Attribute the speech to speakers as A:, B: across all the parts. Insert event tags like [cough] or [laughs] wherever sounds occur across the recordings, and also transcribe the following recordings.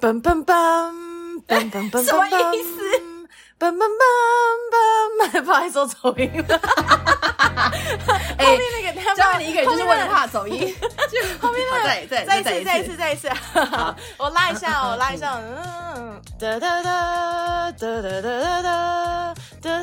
A: 嘣嘣嘣嘣嘣嘣，
B: 什么
A: 嘣
B: 意思？
A: 嘣嘣嘣 [laughs] 嘣，不好意思，我走音了。哎、
B: 后面那个他
A: 教你一个人就是为了
B: 怕走音， [laughs] 就后面那个
A: 好再再
B: 再一
A: 再再一
B: 次，再一
A: 次
B: 次，再一次，
A: [laughs]
B: 我拉一
A: 哦
B: 下，我拉一下，嗯，
A: 哒哒哒哒哒哒哒哒哒哒哒哒哒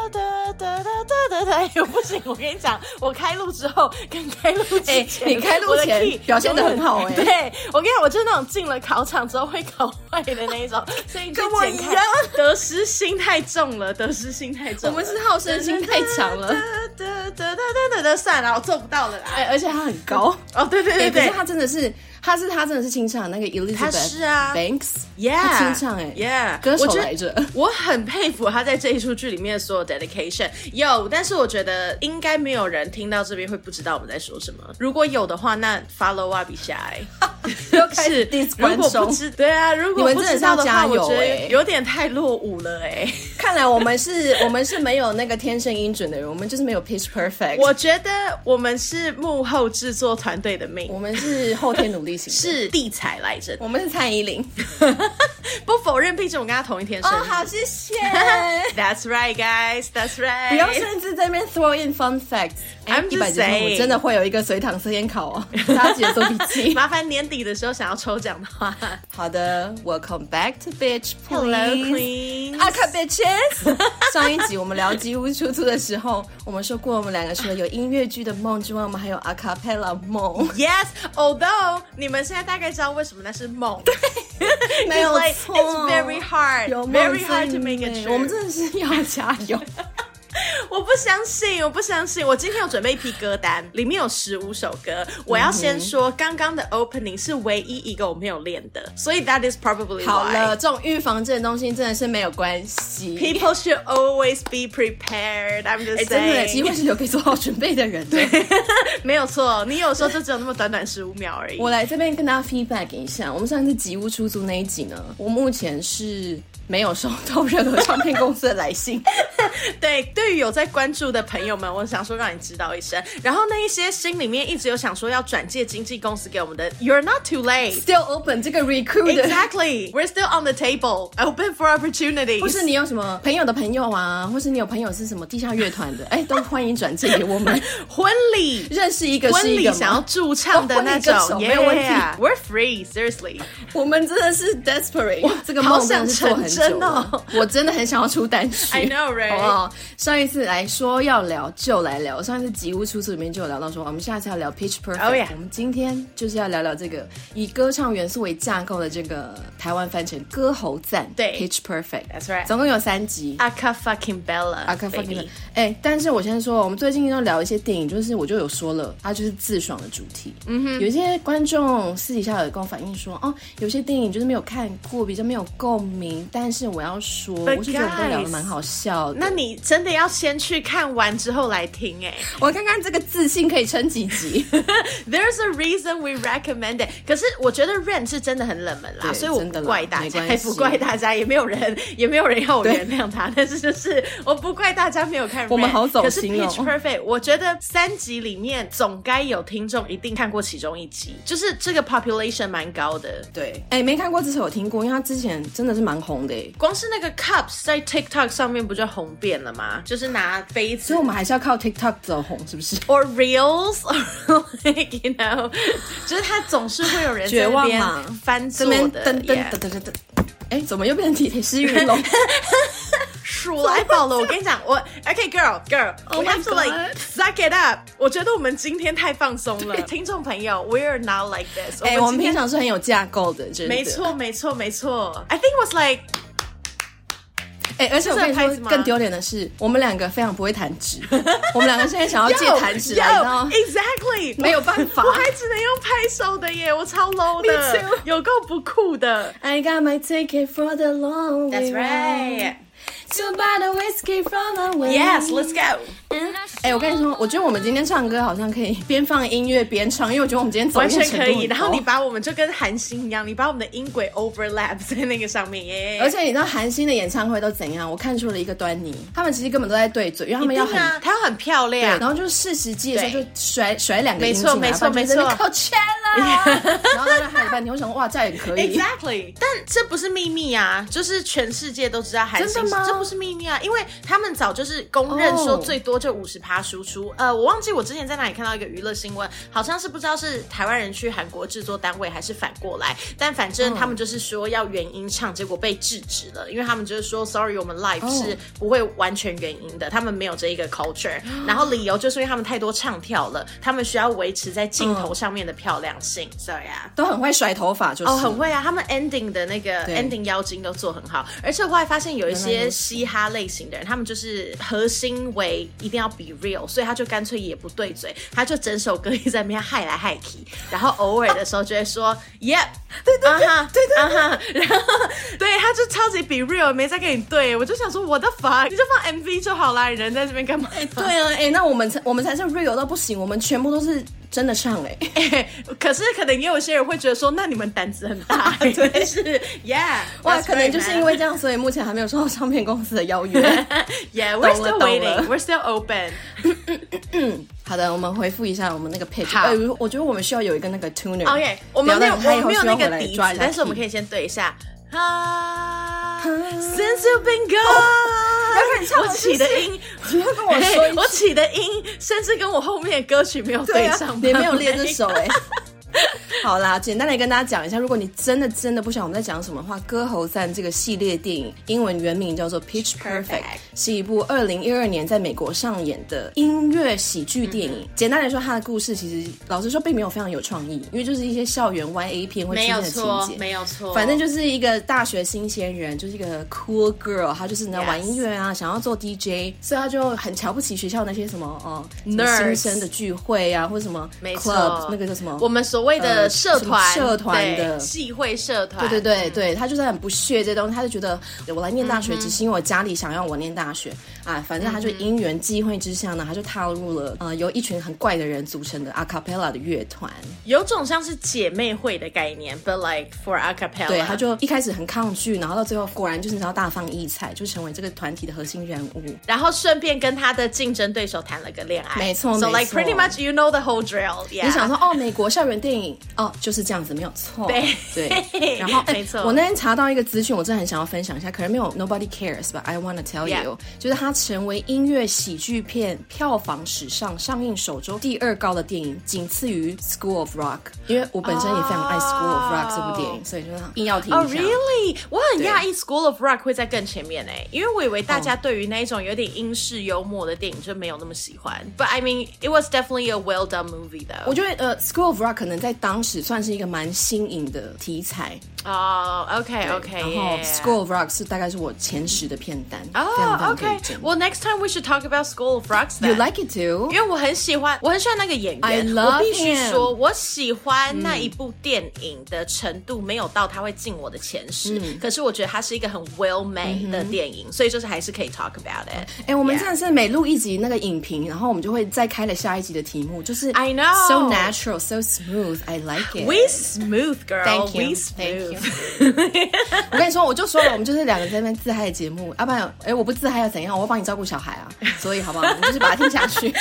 A: 哒哒哒哒！哎，不行，我跟你讲，我开录之后跟开录之前，
B: 哎你开录前
A: 我的 key
B: 表现得很好哎
A: 对我跟你讲，我就是那种进了考场之后会考坏的那一
B: [laughs]
A: 种，所以你去
B: 跟我
A: 检看
B: 一样，
A: 得失心太重了，得失心太重了。[laughs]
B: 我们是好胜心太强了
A: 哒。哒哒哒哒哒哒，算了，我做不到了啦。
B: 哎，而且他很高，
A: 哦，对对对
B: 哎可
A: 对
B: 是他真的是，他是他真的是清唱那个 Elizabeth，
A: 他是啊
B: Banks，
A: ，Yeah，
B: 他清唱哎
A: Yeah，
B: 歌手
A: 我觉得
B: 来着
A: [laughs] 我很佩服他在这一出剧里面所有 dedication 有，但是我觉得应该没有人听到这边会不知道我们在说什么。如果有的话，那 follow up 一下哎、
B: [laughs] 又
A: 欸，是
B: diss
A: 如
B: 观
A: 果
B: 众
A: 不知对啊，如果
B: 你们
A: 不
B: 真的
A: 知
B: 是
A: 道
B: 要
A: 的
B: 加
A: 话，我
B: 油
A: 觉得
B: 欸
A: 有点太落伍了哎、欸。 [laughs]
B: 看来我们是，我们是没有那个天生音准的人，我们就是没有 pitch perfect。
A: 我觉得我们是幕后制作团队的命
B: 我。们是后天努力型的，
A: 是地才来着，
B: 我们是蔡依林。
A: [laughs] 不否认，毕竟我跟他同一天生日。
B: 哦谢 [laughs] 谢
A: That's right, guys. That's right.
B: 不要甚至在那边 throw in fun facts。哎
A: I'm，
B: 一
A: just
B: 百集后我
A: saying
B: 真的会有一个随堂测验考
A: [laughs]
B: 哦，大家记得做笔记。
A: 麻烦年底的时候想要抽奖的话
B: 好的，Welcome back to bitch
A: ，Hello
B: please。Uh,
A: Queen，
B: 阿克 bitches，上一 [laughs] 集我们聊吉屋出租的时候，我们说过我们两个除了有音乐剧的梦之外，我们还有阿卡贝拉梦。
A: Yes, although 你们现在大概知道为什么那是梦， [laughs] 对，
B: 没有
A: like,
B: 错
A: It's very hard,
B: 有梦
A: very hard to
B: 最
A: make it
B: 美
A: true.
B: 我们真的是要加油。
A: [laughs] 我不相信，我不相信。我今天有准备一批歌单，里面有十五首歌。我要先说，
B: Mm-hmm。
A: 刚刚的 opening 是唯一一个我没有练的，所以 that is probably
B: 好
A: why
B: 了，这种预防针的东西真的是没有关系。
A: People should always be prepared. I'm just
B: 哎
A: saying，、
B: 真的，机会是留给做好准备的人的。
A: 没有错。你有时候就只有那么短短十五秒而已。
B: 我来这边跟大家 feedback 一下，我们上次吉屋出租那一集呢，我目前是没有收到任何唱片公司的来信。
A: [laughs]
B: [laughs]
A: 对，对于有在关注的朋友们，我想说让你知道一声。然后那一些心里面一直有想说要转介经纪公司给我们的，You're not too late。
B: Still open 这个 recruit 的
A: Exactly, we're still on the table, open for opportunities.
B: 或是你有什么朋友的朋友啊，或是你有朋友是什么地下乐团的，哎，都欢迎转借给我
A: [laughs]
B: 们。
A: 婚礼，
B: 认识一个
A: 婚
B: 是一
A: 礼
B: 个
A: 想要
B: 吗？
A: 驻唱的那种
B: 哦婚礼
A: yeah,
B: 歌手没有问题
A: We're free, seriously.
B: 我们真的是 desperate，这个
A: 好
B: 梦真的是做
A: 想成
B: 很久
A: 真哦
B: 了。我真的很想要出单曲
A: I know, right？
B: 好不好？上一次来说要聊就来聊，上一次吉屋出租里面就有聊到说，啊我们下次要聊 Pitch Perfect，、
A: Oh, yeah
B: 我们今天就是要聊聊这个以歌唱元素为架构的这个台湾翻成歌喉赞，
A: 对
B: ，Pitch Perfect，That's
A: That's right
B: 总共有三集。
A: Aka fucking Bella,
B: 阿卡法金
A: baby
B: 哎、但是我先说，我们最近要聊一些电影，就是我就有说了，它就是自爽的主题。嗯哼，有一些观众私底下有跟我反映说，哦，有些电影就是没有看过，比较没有共鸣。但是我要说
A: But
B: 我是觉得我们都聊
A: guys，
B: 的蛮好笑的。
A: 那你真的要先去看完之后来听哎、
B: 我看看这个自信可以撑几集。
A: [laughs] There's a reason we recommend it。可是我觉得 Rent 是真的很冷门啦，
B: 对
A: 所以我
B: 真的
A: 不
B: 啦
A: 怪大家，
B: 没
A: 也
B: 关系
A: 不怪大家，也没有人也没有人要我
B: 对
A: 原谅他。但是就是我不怪大家没有看 Rent，
B: 我们好走心哦
A: 可是 Pitch Perfect，我觉得三集里面总该有听众一定看过其中一集，就是这个 population 蛮高的。
B: 对， [laughs] 哎、没看过，至少有听过，因为他之前真的是蛮红的欸耶。
A: 光是那个 cups 在 TikTok 上面不就红遍了吗？就是拿杯子
B: 所以我们还是要靠 TikTok 走红，是不 [laughs] 是？
A: or reels or like you know，就是他总是会有人在
B: 绝
A: 那
B: 望
A: 边
B: 嘛
A: 翻
B: 这
A: 做
B: 边
A: 的，
B: 噔噔
A: yeah
B: 噔噔噔噔，哎、怎么又变成铁石鱼 [laughs] 龙？
A: 鼠来宝了。我跟你讲，我 OK girl girl，
B: Oh
A: we have
B: my
A: to like
B: God
A: suck it up。我觉得我们今天太放松了，听众朋友，we are not like this。
B: 哎、我们
A: 今天
B: 平常是很有架构的，真的。
A: 没错没错没错，I think was like
B: 哎、而且我跟你
A: 是这个拍子
B: 说，
A: 吗
B: 更丢脸的是，我们两个非常不会弹指， [laughs] 我们两个现在想要借弹指来，你知道
A: [laughs]
B: 吗
A: Yo, yo,？，exactly，
B: 没有办法
A: 我还只能用拍手的耶，我超 low 的
B: Me too，
A: 有够不酷的。
B: I got my ticket for the long
A: That's
B: way
A: right.
B: To buy the whiskey from the way.
A: Yes, let's go.
B: 哎、我跟你说，我觉得我们今天唱歌好像可以边放音乐边唱，因为我觉得我们今天走
A: 完
B: 音的
A: 全
B: 程度
A: 可以。
B: 很高
A: 然后你，把我们就跟韩星一样，你把我们的音轨 overlap 在那个上面耶。
B: 而且你知道韩星的演唱会都怎样？我看出了一个端倪，他们其实根本都在对嘴，因为他
A: 一
B: 们要
A: 定
B: 很。
A: 啊，它要很漂
B: 对
A: 亮
B: 然。后就是试时机的时候
A: 对
B: 就甩甩两个
A: 没
B: 音
A: 错
B: 进来，
A: 没错
B: 不然就在那边
A: 没错
B: 靠圈了。 [laughs] 然后在那喊了半天，我想说哇，这样也可以。
A: Exactly，但这不是秘密啊，就是全世界都知道韩信
B: 真
A: 是
B: 的吗
A: 这不是秘密啊，因为他们早就是公认说
B: 哦
A: 最多就五十趴输出。呃，我忘记我之前在哪里看到一个娱乐新闻，好像是不知道是台湾人去韩国制作单位还是反过来，但反
B: 嗯
A: 正他们就是说要原音唱，结果被制止了，因为他们就是说 sorry，我们 live
B: 哦
A: 是不会完全原音的，他们没有这一个 culture，然
B: 哦
A: 后理由就是因为他们太多唱跳了，他们需要维持在镜
B: 嗯
A: 头上面的漂亮性。Sorry 啊。
B: 都很会甩头发，就是、
A: 哦，很会啊！他们 ending 的那个
B: 对
A: ending 妖精都做很好，而且我还发现有一
B: 原来
A: 些
B: 如此
A: 嘻哈类型的人，他们就是核心为一定要 be real，所以他就干脆也不对嘴，他就整首歌一直在那边害来害去，然后偶尔的时候就会说 [laughs] yep，对对对对对，啊哈然后对他就超级 be real，没在跟你对，我就想说我的 fuck，你就放 MV 就好啦，你人在这边干嘛？
B: [laughs] 对啊，哎、那我们才我们才是 real 到不行，我们全部都是真的唱
A: [laughs]
B: 哎、
A: 哎 [laughs] 可是可能也有些人会觉得说，那你们胆子很大、
B: [laughs]
A: [laughs]
B: 对
A: 但是 yeah，
B: 哇，
A: that's
B: 可能
A: right,
B: 就是因
A: man
B: 为这样，所以目前还没有收到唱片公司的邀约。
A: [laughs] yeah, we're
B: 懂了
A: still
B: 懂
A: waiting.
B: 了
A: We're still open.
B: 好的，我们回复一下我们那个 page。
A: 好
B: 哎我觉得我们需要有一个那个 tuner。
A: OK，我们没有，
B: 不要让他
A: 我没有
B: 需要
A: 那
B: 回
A: 个
B: 来
A: 笛子
B: 抓一，下
A: 但是我们
B: key [laughs]
A: 可以先对一下。啊，Since you've been gone，
B: 要不然你唱
A: 哦我
B: 好
A: 起的音，
B: 你要
A: [laughs]
B: 跟我说一
A: 我起的音，甚至跟我后面的歌曲没有
B: 对啊
A: 上，
B: 你没有列这
A: [laughs]
B: 首哎、好啦，简单来跟大家讲一下，如果你真的真的不想我们在讲什么的话，《歌喉赞》这个系列电影，英文原名叫做《Pitch Perfect》
A: Perfect，
B: 是一部二零一二年在美国上演的音乐喜剧电
A: 嗯
B: 影。简单来说，它的故事其实老实说并没有非常有创意，因为就是一些校园 YA 片会出
A: 没
B: 现
A: 有
B: 的情
A: 错，
B: 节。
A: 没有错，
B: 反正就是一个大学新鲜人，就是一个 cool girl，她就是呢
A: Yes
B: 玩音乐啊，想要做 DJ，所以她就很瞧不起学校那些什么哦、呃
A: Nerds
B: 新生的聚会啊，或者什么
A: 没错
B: club 那个叫什么
A: 我。们所谓的
B: 呃
A: 社团、
B: 什么社团
A: 对
B: 的
A: 系会社团，
B: 对对对对，她就是很不屑这东西，她就觉得我来念大学只是因为我家里想让我念大学啊，反正她就因缘际会之下呢，她就踏入了呃由一群很怪的人组成的 a cappella 的乐团，
A: 有种像是姐妹会的概念，but like for a cappella，
B: 对，他就一开始很抗拒，然后到最后果然就是你知道大放异彩，就成为这个团体的核心人物。
A: 然后顺便跟他的竞争对手谈了个恋爱，
B: 没错
A: So
B: 没
A: like
B: 错
A: pretty much you know the whole drill. Yeah.
B: 你想说哦，美国校园电影哦就是这样子，没有错。
A: 对 [laughs]
B: 对，然后哎
A: 没错
B: 我那天查到一个资讯，我真的很想要分享一下，可能没有 Nobody cares，but I wanna tell you，、
A: Yeah
B: 就是它成为音乐喜剧片票房史上上映首周第二高的电影，仅次于 School of Rock。因为我本身也非常爱 School of Rock 这部电影，所以就是硬要提一下。
A: 哦、r e a l l y 我很讶异 School of Rock 会在更前面诶、因为我以为大家对于那一种有点英式幽默的电影就没有那么喜欢。But I mean, it was definitely a well done movie
B: 我
A: though.
B: 觉得呃，School of Rock 可能在当时算是一个蛮新颖的题材，
A: 哦、o k OK，
B: 然后 School of Rock 是大概是我前十的片单，非常非
A: 哦、o
B: 常
A: k
B: 推荐。
A: Well, next time we should talk about School of Rock.
B: You like it too？
A: 因为我很喜欢，我很喜欢那个演员。
B: I love
A: 我必须
B: him
A: 说，我喜欢那一部电影的程度没有到他会进我的前十，
B: 嗯
A: 可是我觉得它是一个很 well made
B: Mm-hmm
A: 的电影，所以就是还是可以 talk about it。
B: 哎、我们
A: Yeah
B: 真的是每录一集那个影评，然后我们就会再开了下一集的题目，就是
A: I know
B: so natural, so smooth, I like it。
A: We smooth girl,
B: Thank you,
A: we
B: thank you.
A: smooth. [laughs]
B: 我跟你说，我就说了，我们就是两个在那边自嗨的节目，要、不然，哎、我不自嗨要怎样？我要帮你照顾小孩
A: [laughs]
B: 啊，所以好不好？你就是把它听下去。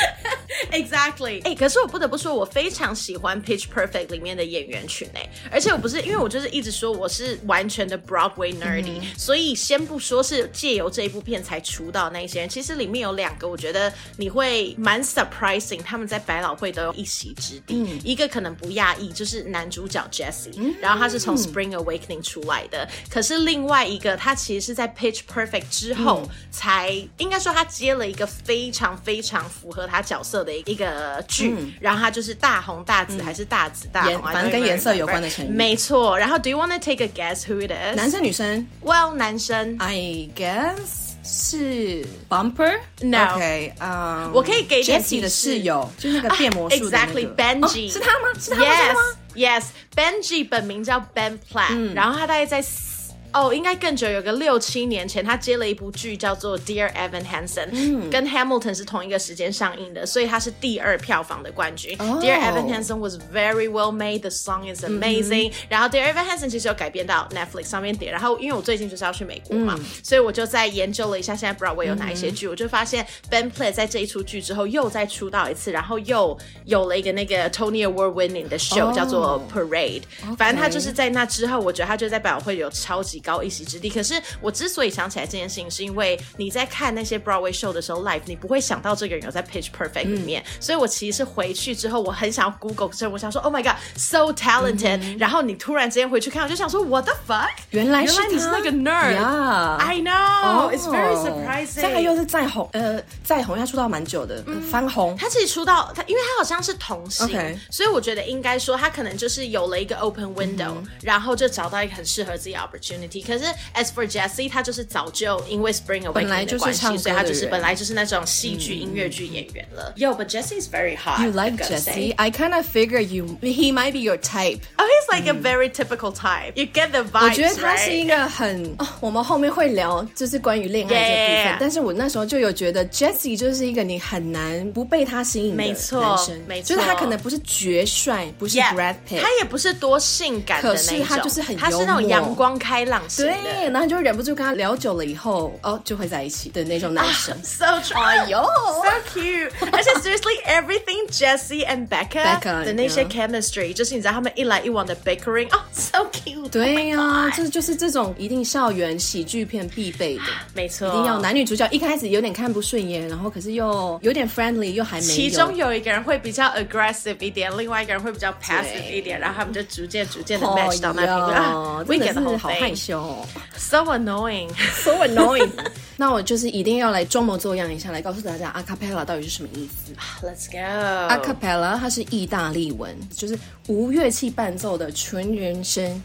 A: exactly。哎、可是我不得不说，我非常喜欢《Pitch Perfect》里面的演员群哎、而且我不是因为我就是一直说我是完全的 Broadway nerdy，、所以先不说是借由这一部片才出道那一些人，其实里面有两个我觉得你会蛮 surprising，他们在百老汇都有一席之地。
B: 嗯
A: 一个可能不讶异，就是男主角 Jesse，、然后他是从 Spring Awakening 出来的，可是另外一个他其实是在 Pitch Perfect 之后、
B: 嗯
A: 才应该说他接了一个非常非常符合他角色的一个剧，然后他就是大红大紫、还是大紫大红啊
B: 嗯颜，
A: I don't
B: 反正跟
A: remember
B: 颜色有关的成语
A: 没错。然后 Do you want to take a guess who it is？
B: 男生啊女生
A: Well，男生。
B: ，I guess 是 Bumper。
A: No
B: OK，啊、
A: 我可以给一点
B: Jesse
A: 提
B: 的
A: 示
B: 室友，就是那
A: 啊
B: 个变魔术的、那个
A: Exactly, Benji、
B: 哦是他吗？是他吗？是他吗嗯
A: Yes, yes. Benji 本名叫 Ben Platt，、然后他大概在四哦，应该更久，有个六七年前，他接了一部剧叫做《Dear Evan Hansen》，跟
B: 嗯
A: Hamilton 是同一个时间上映的，所以他是第二票房的冠军。
B: 哦
A: Dear Evan Hansen was very well made, the song is amazing、然后 Dear Evan Hansen 其实有改编到 Netflix 上面点，然后因为我最近就是要去美国嘛，所以我就在研究了一下现在 Broadway 有哪一些剧，我就发现 Ben Platt 在这一出剧之后又再出道一次，然后又有了一个那个 Tony Award winning 的 show、
B: 哦
A: 叫做 Parade，反正他就是在那之后，我觉得他就在百老汇有超级高一席之地。可是我之所以想起来这件事情，是因为你在看那些 Broadway show 的时候，live 你不会想到这个人有在 Pitch Perfect 里面，所以我其实是回去之后，我很想要 Google，所以我想说 Oh my God，so talented、然后你突然之间回去看，我就想说 What the fuck，
B: 原来
A: 原
B: 是
A: 来你是那个 nerd。
B: 呀
A: I know, it's very
B: 哦
A: surprising. 嗯
B: 这个又是再红，呃，再红，因为他出道蛮久的，呃翻红。
A: 他其实出道，他因为他好像是同性
B: OK
A: 所以我觉得应该说他可能就是有了一个 open window，、然
B: 嗯
A: 后就找到一个很适合自己的 opportunity。可是 as for Jessie，他就是早就因为 Spring Awakening
B: 本来就是
A: 的关系，
B: 唱歌
A: 所以他就
B: 的
A: 是
B: 人
A: 本来就是那种戏剧、音乐剧演员了。Yo，but Jessie 嗯 is very hot.
B: You like
A: I gotta say.
B: Jesse? I kind of figure you he might be your type.
A: Oh, he's like a very typical type. You get the vibes.
B: Mm. 我觉得他是一
A: right?
B: 个很哦，我们后面会聊就是关于恋爱这部
A: Yeah.
B: 分。但是我那时候就有觉得 Jesse 就是一个你很难不被他吸引的
A: 没错
B: 男生，
A: 没
B: 就是他
A: 错
B: 可能不是绝帅，不是
A: Yeah，
B: Brad Pitt，
A: 他也不是多性感的那
B: 可
A: 一
B: 是
A: 种，
B: 他就是很
A: 他是
B: 幽
A: 那种
B: 默
A: 阳光开朗型的。
B: 对，然后你就忍不住跟他聊久了以后，哦，就会在一起的那种男
A: [laughs]
B: 生。
A: So true.
B: 哎呦
A: So cute. [laughs] 而且 seriously everything Jesse and Becca,
B: Becca，
A: 的那些
B: yeah
A: chemistry，、就是你知道他们一来一往的 bickering，哦、s o cute.
B: 对呀、
A: Oh my god
B: 这就是这种一定校园喜剧片必备的，
A: 没错，
B: 一定要。男女主角一开始有点看不顺眼，然后可是又有点 friendly，又还没有
A: 其中有一个人会比较 aggressive 一点，另外一个人会比较 passive 一点，然后他们就逐渐逐渐的 match 到那边。啊
B: 哦，
A: we
B: 真
A: get the
B: 的是
A: whole
B: 好害
A: thing.
B: 羞、哦。
A: So annoying.
B: so annoying。那我就是一定要来装模作样一下，来告诉大家 a cappella 到底是什么意思。
A: [laughs] Let's
B: a
A: go.
B: cappella 它是意大利文，就是无乐器伴奏的纯人声，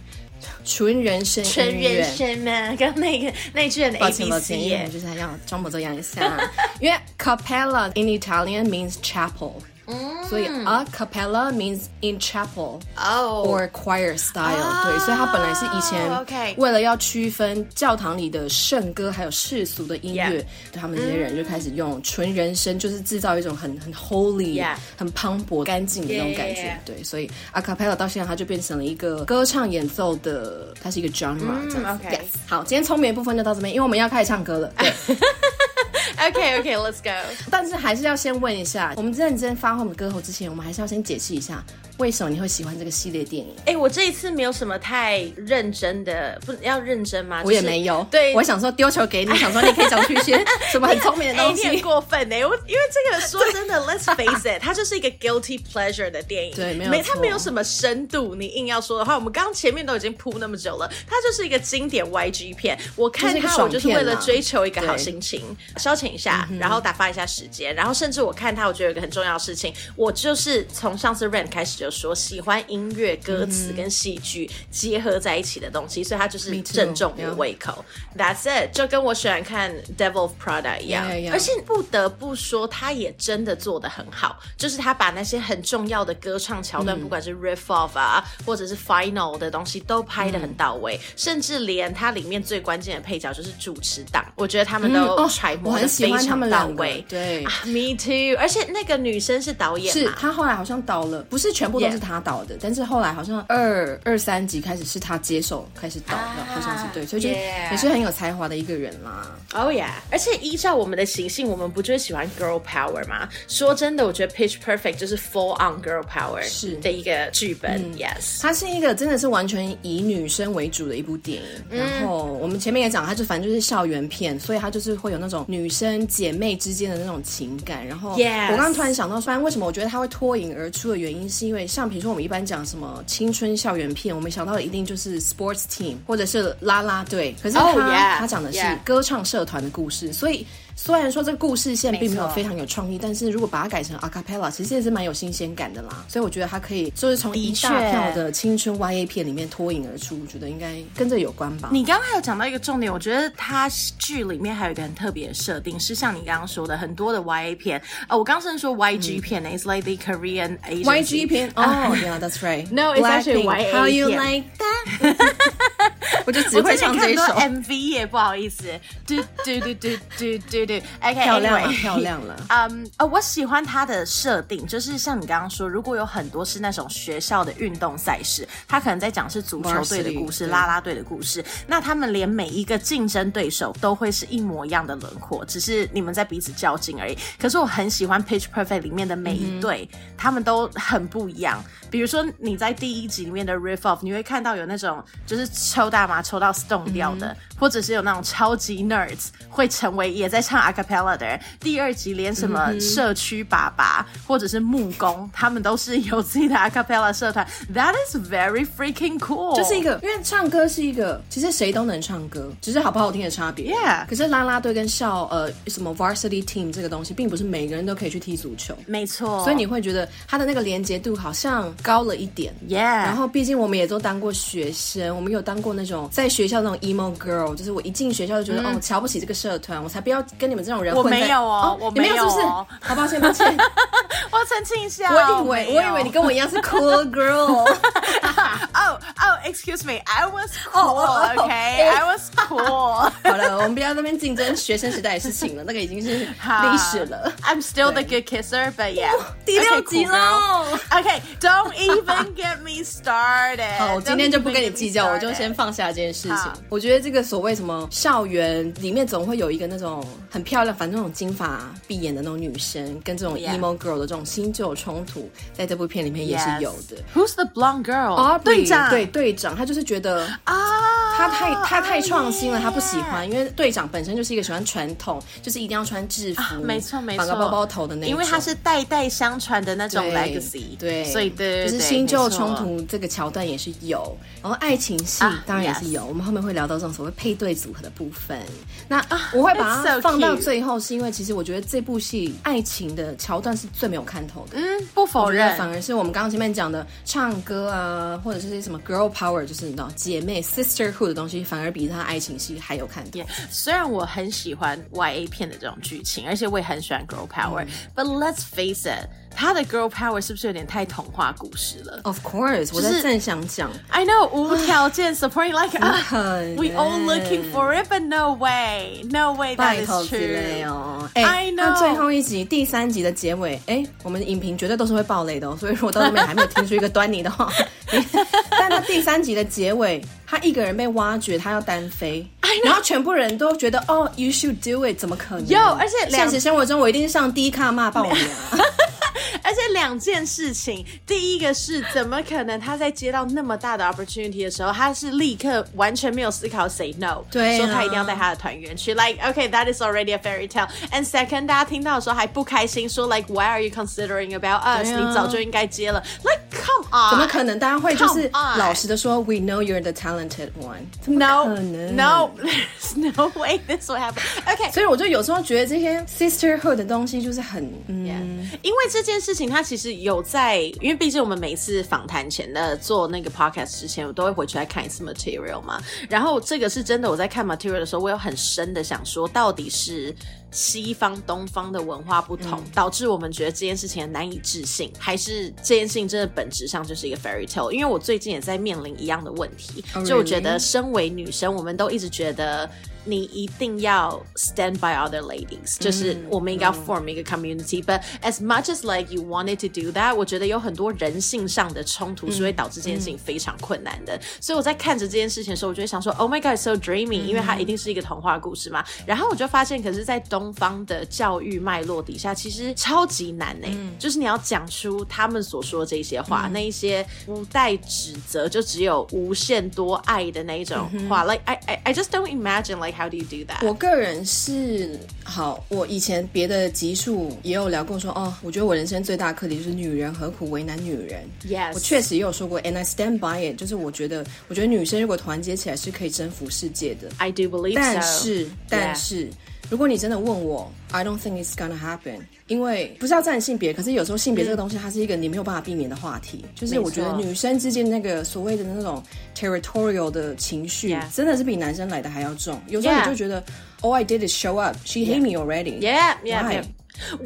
B: 纯人声
A: 全
B: 音乐
A: 人。生嘛，刚那个那句很
B: 抱
A: A
B: 歉
A: B
B: 抱
A: C
B: 歉，因为我
A: 耶
B: 们。就是还要装模作样一下， [laughs] 因为 cappella in Italian means chapel，、所
A: 嗯
B: 以 a cappella means in chapel。
A: 哦
B: or choir style，、
A: 哦
B: 对，所以它本来是以前
A: OK
B: 为了要区分教堂里的圣歌还有世俗的音乐
A: Yeah
B: 他们这些人就开始用纯人声，就是制造一种很很 holy、
A: Yeah
B: 很磅礴、干净的那种感觉
A: Yeah, yeah, yeah.
B: 对，所以 a cappella 到现在它就变成了一个歌唱演奏的，它是一个 genre、这
A: 嗯
B: 样子。
A: OK
B: Yes 好，今天聪明的部分就到这边，因为我们要开始唱
A: [laughs]
B: 歌了。对，
A: OK OK, let's go.
B: 但是还是要先问一下，我们认真发挥我们的歌喉之前，我们还是要先解释一下，为什么你会喜欢这个系列电影？
A: 哎、我这一次没有什么太认真的，不要认真吗？
B: 我也
A: 就是
B: 没有，
A: 对，
B: 我想说丢球
A: [laughs]
B: 给你，想说你可以讲出一些什么很聪明的
A: 哎
B: 东
A: 你
B: 西
A: 很。过分呢、我因为这个说真的，Let's face it，它就是一个 guilty pleasure 的电影，
B: 对没有
A: 它
B: 错
A: 没有什么深度。你硬要说的话，我们刚刚前面都已经铺那么久了，它就是一个经典 YG 片。我看
B: 就是一个
A: 它，我
B: 爽
A: 就是为
B: 片
A: 了
B: 啦
A: 追求一个好
B: 对嗯
A: 心情，消遣一下，然后打发一下时间，然后甚至我看它，我觉得有一个很重要的事情，我就是从上次 Rain 开始就说喜欢音乐、歌词跟戏剧结合在一起的东西，所以它就是
B: 嗯 Me too，
A: 正中我
B: yeah
A: 胃口。That's it，就跟我喜欢看 Devil of Prada 一样
B: Yeah, yeah.
A: 而且不得不说，他也真的做得很好，就是他把那些很重要的歌唱桥
B: 嗯
A: 段，不管是 riff off 啊，或者是 final 的东西，都拍得很到位，
B: 嗯
A: 甚至连它里面最关键的配角就是主持档，我觉得他们都
B: 哦
A: 揣
B: 我
A: 摩的
B: 很喜
A: 非
B: 欢他
A: 常
B: 们
A: 到
B: 两个
A: 位。
B: 对
A: 啊，Me too。而且那个女生是导演
B: 是
A: 嘛？
B: 他后来好像导了，不是全部都
A: Yeah
B: 是他导的但是后来好像二二三集开始是他接手开始导的好像是对，所以就是
A: 啊 yeah
B: 也是很有才华的一个人啦。
A: 哦呀！而且依照我们的习性，我们不就是喜欢 girl power 吗？说真的，我觉得 Pitch Perfect 就是 full on girl power
B: 是
A: 的一个剧本。Yes，
B: 它是一个真的是完全以女生为主的一部电影。
A: 嗯
B: 然后我们前面也讲，它就反正就是校园片，所以它就是会有那种女生姐妹之间的那种情感。然后
A: Yes
B: 我刚刚突然想到，虽然为什么我觉得它会脱颖而出的原因，是因为像比如说我们一般讲什么青春校园片，我们想到的一定就是 sports team 或者是啦啦队，可是它、
A: Oh, yeah,
B: 它讲的是
A: yeah
B: 歌唱社团的故事，所以。虽然说这个故事线并
A: 没
B: 没有
A: 错
B: 非常有创意，但是如果把它改成 a cappella，其实也是蛮有新鲜感的啦。所以我觉得它可以就是从一
A: 的确
B: 大票的青春 YA 片里面脱颖而出，我觉得应该跟这有关吧。
A: 你刚刚还有讲到一个重点，我觉得它剧里面还有一个很特别的设定，是像你刚刚说的很多的 YA 片，呃，我刚刚甚至说 YG 片呢、i t s like the Korean Asian
B: YG 片哦、y [laughs] e a h that's right.
A: 啊 No, it's actually
B: Blackpink,
A: YA
B: How you
A: 片 [laughs]
B: like that?
C: 我就
B: [laughs]
C: 只会唱这一首
A: 我。最近看很多 MV 耶，不好意思。嘟嘟嘟嘟嘟嘟嘟，OK，
B: 漂
C: 啊
B: 亮了
A: anyway
B: 漂亮了
A: 嗯，呃，我喜欢它的设定，就是像你刚刚说，如果有很多是那种学校的运动赛事，它可能在讲是足球队的
B: Varsity，
A: 故事、
B: 对
A: 啦啦队的故事，那他们连每一个竞争对手都会是一模一样的轮廓，只是你们在彼此较劲而已。可是我很喜欢《Pitch Perfect》里面的每一队，他们都很不一样。比如说你在第一集里面的 Riff Off，你会看到有那种就是抽大麻抽到 stone 掉
B: 嗯
A: 的，或者是有那种超级 nerds 会成为也在唱 a cappella 的人。第二集连什
B: 嗯
A: 么社区爸爸、或者是木工，他们都是有自己的 a cappella 社团。That is very freaking cool，
B: 就是一个，因为唱歌是一个，其实谁都能唱歌，只是好不好听的差别。
A: Yeah
B: 可是啦啦队跟校呃什么 varsity team 这个东西，并不是每个人都可以去踢足球，
A: 没错，
B: 所以你会觉得它的那个连接度好像高了一点。
A: Yeah，
B: 然后，毕竟我们也都当过学生，我们有当过那种在学校那种 emo girl，就是我一进学校就觉得、哦，瞧不起这个社团，我才不要跟你们这种人
A: 嗯我
B: 混在。
A: 没有哦我
B: 你没
A: 没有
B: 是不是？
A: 哦
B: 好抱歉，抱歉，
A: 我澄清一下，
B: [laughs] 我以为
A: 没 [laughs]
B: 我
A: 有
B: 以为你跟我一样是 cool girl。
A: 哦哦，excuse me，I was
B: Oh，哦哦
A: cool，OK，I was
B: [laughs]
A: cool。
B: 好了，我们不要在那边竞争学生时代的事情了，那个已经是历史了。
A: I'm still the good kisser, but yeah，
B: 第六集
A: Okay, cool girl.
B: 喽
A: Okay, don't even get me started.
B: [laughs] 哦好，我
A: Don't
B: 今天就不
A: even
B: 跟你
A: get me
B: 计较，我就
A: started.
B: 先放下这件事情
A: 好。
B: 我觉得这个所谓什么校园里面总会有一个那种很漂亮，反正那种金发碧眼的那种女生，跟这种
A: Yeah
B: emo girl 的这种新旧冲突，在这部片里面也是
A: Yes.
B: 有的。
A: Who's the blonde girl？
B: Aubrey，
A: 队长，
B: 对队长，哦他就是觉得
A: 啊，
B: 他太他太创新了，
A: yeah
B: 他不喜欢，因为队长本身就是一个喜欢传统，就是一定要穿制服，
A: 啊没错没
B: 嗯绑
A: 错，
B: 个包包头的那一种，
A: 因为他是代代相传的那种
B: 对
A: legacy，
B: 对，
A: 所以对，对
B: 就是
A: 对
B: 新旧
A: 没错
B: 冲突这个桥段也是有，然后爱情戏
A: 啊
B: 当然也是有，我们后面会聊到这种所谓配对组合的部分。那我会把
A: 啊 that's
B: 它
A: so
B: 放到
A: cute
B: 最后，是因为其实我觉得这部戏爱情的桥段是最没有看头的。
A: 嗯，不否
B: 我觉得
A: 认，
B: 反而是我们刚刚前面讲的唱歌啊，或者是什么 girl power，就是你知道姐妹 sisterhood 的东西，反而比他爱情戏还有看头。
A: Yeah，虽然我很喜欢 YA 片的这种剧情，而且我也很喜欢 girl
B: 嗯
A: power，but、let's face it，它的 girl power 是不是有点太童话故事了
B: Of course，我在正想讲，
A: ？I know 无条件 supporting like
B: 可
A: us, we all
B: 能
A: looking for it, but no way, no way that
B: 拜
A: is
B: 托之类
A: true.
B: 哦。哎、
A: I
B: 那
A: know
B: 最后一集第三集的结尾，哎、我们的影评绝对都是会爆雷的哦。所以如果到那边还没有听出一个端倪的话， [laughs] 你但他第三集的结尾，他一个人被挖掘，他要单飞，然后全部人都觉得哦，You should do it，怎么可能？
A: 有而且两
B: 现实生活中我一定上低卡骂爆你啊！
A: [laughs] 而且两件事情，第一个是怎么可能他在接到那么大的 opportunity 的时候，他是立刻完全没有思考 say no，
B: 对啊
A: 说他一定要带他的团员去，like okay that is already a fairy tale。And second，大家听到的时候还不开心，说 like why are you considering about us？、
B: 对啊
A: 你早就应该接了，like come on，
B: 怎么可能？大家会就是
A: Come on
B: 老实的说，We know you're the talented one，怎么
A: ？No
B: 可能
A: no [laughs] there's no way this will happen。Okay，
B: 所以我就有时候觉得这些 sisterhood 的东西就是很嗯。
A: 因为这件事情，它其实有在，因为毕竟我们每一次访谈前的做那个 podcast 之前，我都会回去再看一次 material 嘛。然后这个是真的，我在看 material 的时候，我有很深的想说，到底是西方东方的文化不
B: 嗯
A: 同，导致我们觉得这件事情难以置信，还是这件事情真的本质上就是一个 fairy tale？因为我最近也在面临一样的问题
B: Oh,
A: 所以我觉得
B: really?
A: 身为女生，我们都一直觉得你一定要 stand by other ladies，、就是我们应该要 form 一个 community、But as much as like you wanted to do that，我觉得有很多人性上的冲突是会导致这件事情非常困难的。所以我在看着这件事情的时候，我就会想说，Oh my God，so dreamy，、因为它一定是一个童话故事嘛。然后我就发现，可是，在东方的教育脉络底下，其实超级难呢、
B: 嗯
A: 就是你要讲出他们所说的这些话，那一些不带指责，就只有无限多爱的那一种
B: 嗯
A: 话。Like I, I I just don't imagine like how do you do that？
B: 我个人是好，我以前别的集数也有聊过说，哦，我觉得我人生最大的课题就是女人何苦为难女人。
A: Yes
B: 我确实也有说过，and I stand by it，就是我觉得，我觉得女生如果团结起来是可以征服世界的。
A: I do believe
B: 但
A: so.
B: 是，但是如果你真的问我，I don't think it's gonna happen，因为不是要占性别，可是有时候性别这个东西，它是一个你没有办法避免的话题。就是我觉得
A: 没错
B: 女生之间那个所谓的那种 territorial 的情绪
A: Yeah，
B: 真的是比男生来的还要重。有时候你
A: Yeah
B: 就觉得，Oh I did is show up，she hate me already。
A: Yeah, yeah,
B: Why？
A: yeah.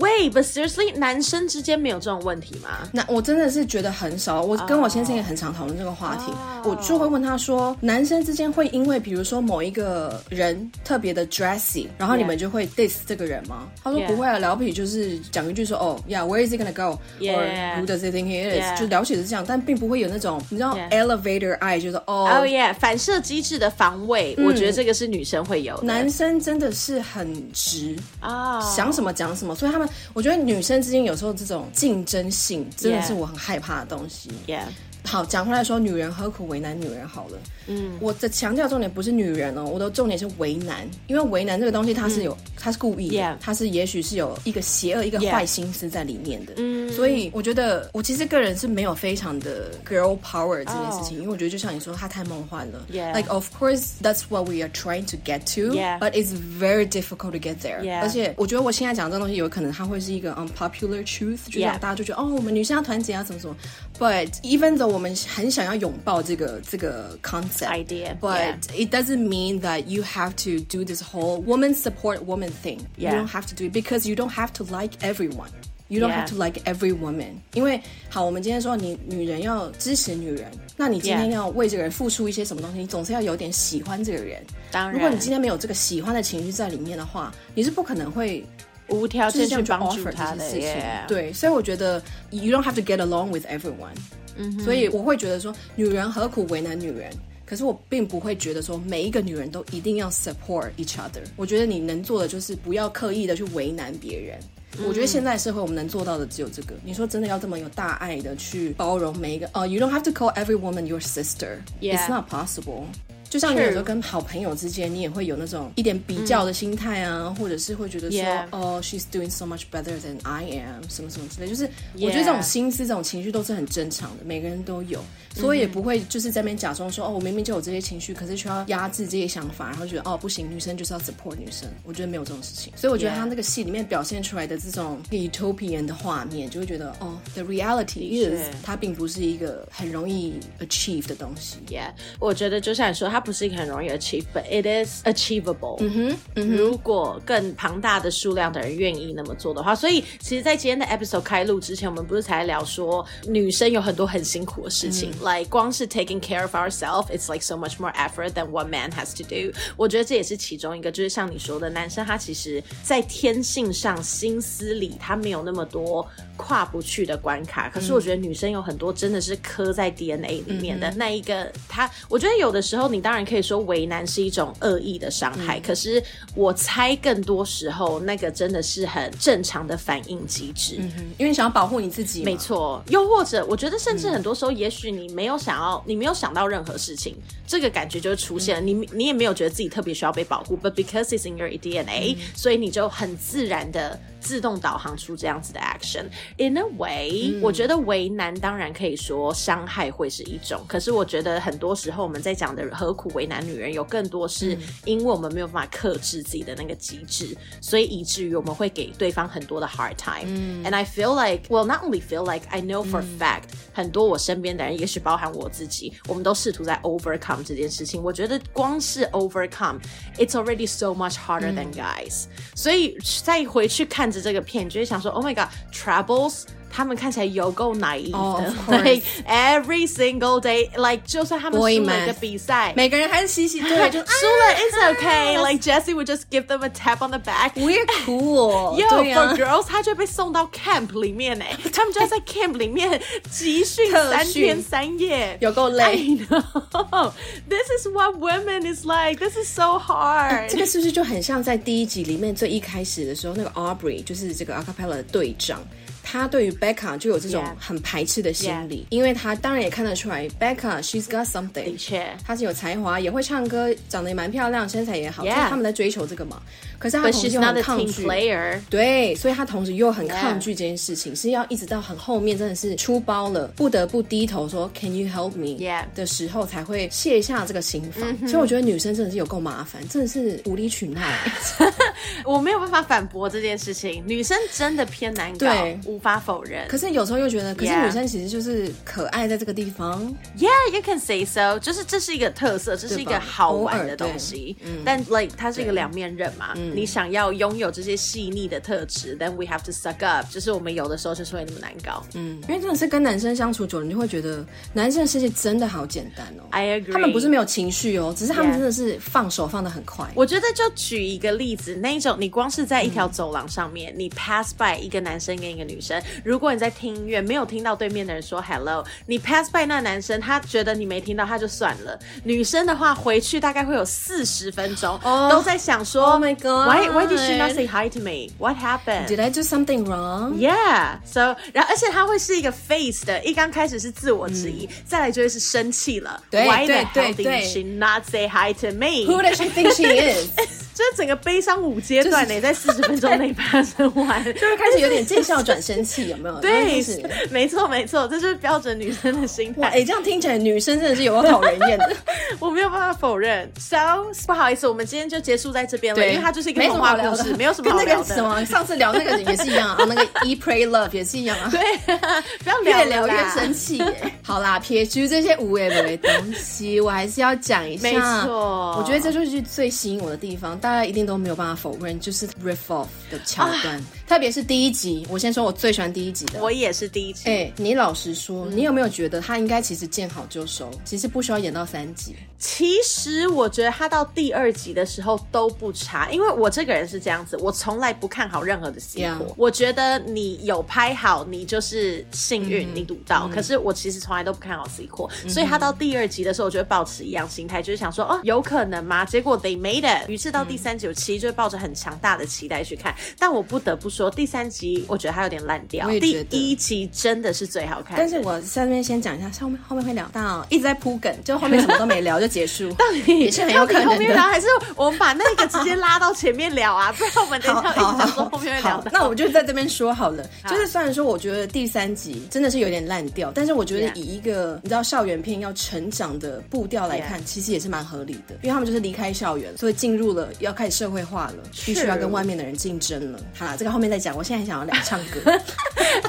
A: Wait, but seriously，男生之间没有这种问题吗？
B: 那我真的是觉得很少，
A: 哦
B: 我跟我先生也很常讨论这个话题我就会问他说，男生之间会因为比如说某一个人特别的 dressy，然后你
A: Yeah.
B: 们就会 diss 这个人吗？他说
A: Yeah.
B: 不会啊，聊不起就是讲一句说哦，Yeah，where is it gonna go？or
A: Yeah.
B: who does it think he
A: Yeah.
B: is？就了解是这样，但并不会有那种你知道
A: Yeah.
B: elevator eye，就是
A: 哦
B: 哦。
A: 耶，反射机制的防卫，我觉得这个是女生会有的。
B: 嗯男生真的是很直，
A: 啊，
B: 想什么讲什么，所以他们，我觉得女生之间有时候这种竞争性真的是我很害怕的东西。
A: 耶，
B: 好，讲回来说，女人何苦为难女人？好了，嗯，我的强调重点不是女人哦，我的重点是为难，因为为难这个东西它是有，它是故意的
A: 嗯 Yeah
B: 它是也许是有一个邪恶、一个
A: Yeah
B: 坏心思在里面的，嗯，所以我觉得我其实个人是没有非常的 girl power 这件事情因为我觉得就像你说，它太梦幻了
A: 哦 Yeah
B: like of course that's what we are trying to get to，but
A: Yeah
B: it's very difficult to get there，
A: Yeah
B: 而且我觉得我现在讲这个东西，有可能它会是一个 unpopular truth，就
A: Yeah
B: 像大家就觉得哦，我们女生要团结啊，怎么怎么。But even though 我们很想要拥抱这个这个 concept
A: Idea,
B: but it doesn't mean that you have to do this whole woman support woman thing.
A: Yeah.
B: You don't have to do it because you don't have to like everyone. You don't
A: Yeah.
B: have to like every woman，因为好，我们今天说你女人要支持女人，那你今天
A: Yeah.
B: 要为这个人付出一些什么东西，你总是要有点喜欢这个人。
A: 当然
B: 如果你今天没有这个喜欢的情绪在里面的话，你是不可能会
A: 无条
B: 就是
A: 件
B: 这
A: 去
B: 样去
A: 帮助
B: offer
A: 他
B: 这
A: 的
B: 些事情。
A: 耶。
B: 对，所以我觉得 you don't have to get along with everyone。嗯，所以我会觉得说，女人何苦为难女人？可是我并不会觉得说每一个女人都一定要 support each other。我觉得你能做的就是不要刻意的去为难别人。
A: 嗯
B: 我觉得现在社会我们能做到的只有这个。你说真的要这么有大爱的去包容每一个？哦、y o u don't have to call every woman your sister.
A: Yeah.
B: It's not possible. 就像你有时候跟好朋友之间，你也会有那种一点比较的心态啊，或者是会觉得说
A: Yeah.
B: 哦、s h e s doing so much better than I am，什么什么之类，就是
A: Yeah.
B: 我觉得这种心思、这种情绪都是很正常的，每个人都有，所
A: 嗯
B: 以也不会就是在那边假装说，哦，我明明就有这些情绪，可是却要压制这些想法，然后觉得哦，不行，女生就是要 support 女生，我觉得没有这种事情，所以我觉得
A: Yeah.
B: 他那个戏里面表现出来的这种 utopian 的画面，就会觉得哦，the reality
A: 的
B: is
A: 确
B: 它并不是一个很容易 achieve 的东西。
A: Yeah，我觉得就像你说，它不是一个很容易 achieve，but it is achievable。嗯哼，如果更庞大的数量的人愿意那么做的话，所以其实，在今天的 episode 开录之前，我们不是才聊说女生有很多很辛苦的事情、来 l i k e 光是 taking care of ourselves，it's like so much more effort than one man has to do。我觉得这也是其中一个，就是像你说的，男生他其实在天性上、心思里，他没有那么多跨不去的关卡。可是我觉得女生有很多真的是刻在 DNA 里面的、那一个，他我觉得有的时候你当然可以说为难是一种恶意的伤害，可是我猜更多时候那个真的是很正常的反应机制。
B: 嗯因为想要保护你自己嘛，
A: 没错，又或者我觉得，甚至很多时候，也许你没有想要，你没有想到任何事情，这个感觉就会出现了。你你也没有觉得自己特别需要被保护，but because it's in your DNA，、所以你就很自然的自动导航出这样子的 action。In a way，、我觉得为难当然可以说伤害会是一种，可是我觉得很多时候我们在讲的何苦为难女人，有更多是因为我们没有办法克制自己的那个机制，所以以至于我们会给对方很多的 hard time。And
B: 嗯
A: I feel like, well, not only feel like, I know for a fact，、很多我身边的人，也许包含我自己，我们都试图在 overcome 这件事情。我觉得光是 overcome，it's already so much harder
B: 嗯
A: than guys、所以再回去看着这个片，就会想说，Oh my God，troubles。他们看起来有够 naive 的、
B: Oh, of
A: [laughs]
B: course.
A: like every single day，like 就算他们
B: Boy
A: 输了一个
B: math.
A: 比赛，
B: 每个人还是嘻嘻对，就
A: [laughs] 输了 it's okay。Like Jesse would just give them a tap on the back。
B: We're
A: [laughs]
B: cool，
A: Yo,
B: 哦对啊呀、
A: for girls，他就被送到 camp 里面呢， [laughs] 他们就要在 camp 里 [laughs] 面集训
B: 特
A: 三
B: 训
A: 天三夜，
B: 有够
A: I
B: 累。
A: know. [laughs] This is what women is like. This is so
B: 这
A: hard.
B: 个是不是就很像在第一集里面最一开始的时候，那个 Aubrey 就是这个 acapella 的队长，他对于 Becca 就有这种
A: Yeah.
B: 很排斥的心理因为他当然也看得出来，Becca she's got
A: 的
B: something，
A: 确
B: 她是有才华，也会唱歌，长得也蛮漂亮，身材也好
A: Yeah.
B: 所以他们在追求这个嘛。可是他
A: But
B: 同时
A: she's
B: 又
A: not
B: 很
A: a
B: 抗
A: team [laughs]
B: 拒。
A: player.
B: 对，所以他同时又很
A: Yeah.
B: 抗拒这件事情是要一直到很后面，真的是出包了，不得不低头说 “Can you help me”
A: Yeah. 嗯
B: 的时候，才会卸下这个心防。所以我觉得女生真的是有够麻烦，真的是无理
A: [laughs]
B: 取闹。
A: 我没有办法反驳这件事情，女生真的偏难搞
B: 对，
A: 无无法否认。
B: 可是有时候又觉得，可是
A: Yeah
B: 女生其实就是可爱，在这个地方
A: Yeah, you can say so，就是这是一个特色，这是一个好玩的
B: 偶尔嗯
A: 东西。但 like 它是一个两面刃嘛，你想要拥有这些细腻的特质，then we have to suck up，就是我们有的时候就是会那么难搞。
B: 嗯，因为真的是跟男生相处久了，你就会觉得男生的世界真的好简单哦。
A: I agree
B: 他们不是没有情绪哦，只是他们
A: Yeah
B: 真的是放手放得很快。
A: 我觉得就举一个例子，那一种你光是在一条走廊上面，你 pass by 一个男生跟一个女生，如果你在听音乐，没有听到对面的人说 hello，你 pass by 那男生，他觉得你没听到，他就算了。女生的话，回去大概会有四十分钟
B: 哦
A: 都在想说
B: Oh my God
A: why why did she not say hi to me? What happened?
B: Did I do something wrong？
A: Yeah, so 然后而且它会是一个 face 的，一刚开始是自我质疑，再来就会是生气了。
B: 嗯对
A: Why the
B: 对
A: hell did
B: 对对
A: she not say hi to me?
B: Who does she think she is？
A: [laughs] 就是整个悲伤五阶段呢，
B: 就是
A: 在四十分钟内发生完，
B: 就是开始有点见笑转生气，有没有？然后
A: 对
B: 开始，
A: 没错没错，这就是标准女生的心
B: 哇，
A: 态。
B: 哎、这样听起来女生真的是有够讨人厌
A: [laughs]
B: 的。
A: 我没有办法否认。So 不好意思，我们今天就结束在这边了，因为它就是一个
B: 没什
A: 童
B: 么好
A: 话
B: 聊
A: 故
B: 的
A: 事，没有什么好
B: 跟那
A: 聊
B: 个
A: 的。
B: 什么上次聊那个也是一样啊，那个 E Pray Love 也是一样啊。
A: 对， [laughs] 不要
B: 越
A: 聊
B: 聊
A: 了啦
B: 越生气耶。好啦，撇除这些无谓的东西，我还是要讲一下。
A: 没错
B: 我觉得这就是最吸引我的地方，大家一定都没有办法否认，就是 riff off 的桥
A: 啊
B: 段，特别是第一集。我先说我最喜欢第一集的。
A: 我也是第一集，
B: 哎、你老实说，你有没有觉得他应该其实见好就收，其实不需要演到三集？
A: 其实我觉得他到第二集的时候都不差，因为我这个人是这样子，我从来不看好任何的结果。
B: Yeah
A: 我觉得你有拍好，你就是幸
B: 嗯
A: 运，你赌到。可是我其实从来都不看好 C 货，所以他到第二集的时候，我就会保持一样心态，就是想说哦，有可能吗？结果 they made it。于是到第
B: 嗯
A: 三集，我其实就会抱着很强大的期待去看。但我不得不说，第三集我觉得它有点烂掉
B: 我也，
A: 第
B: 觉得
A: 一集真的是最好看的。
B: 但是我下面先讲一下，后面后面会聊到，一直在铺梗，就后面什么都没聊就结束，
A: [laughs]
B: [laughs] 到底也是很有可
A: 到底
B: 能
A: 后面聊，
B: [laughs] 的。
A: 还是我们把那个直接拉到前面聊啊？不然我们等一
B: 好
A: 下一
B: 好
A: 直讲说
B: 好，
A: 后面会聊
B: 好
A: [laughs] 的。
B: 那我们就在这边说好了。就是虽然说我觉得第三集真的是有点烂掉，但是我觉
A: Yeah
B: 得以一个你知道校园片要成长的步调来看
A: Yeah
B: 其实也是蛮合理的，因为他们就是离开校园，所以进入了要开始社会化了，必须要
A: True
B: 跟外面的人竞争了。好啦，这个后面再讲，我现在很想要聊唱歌。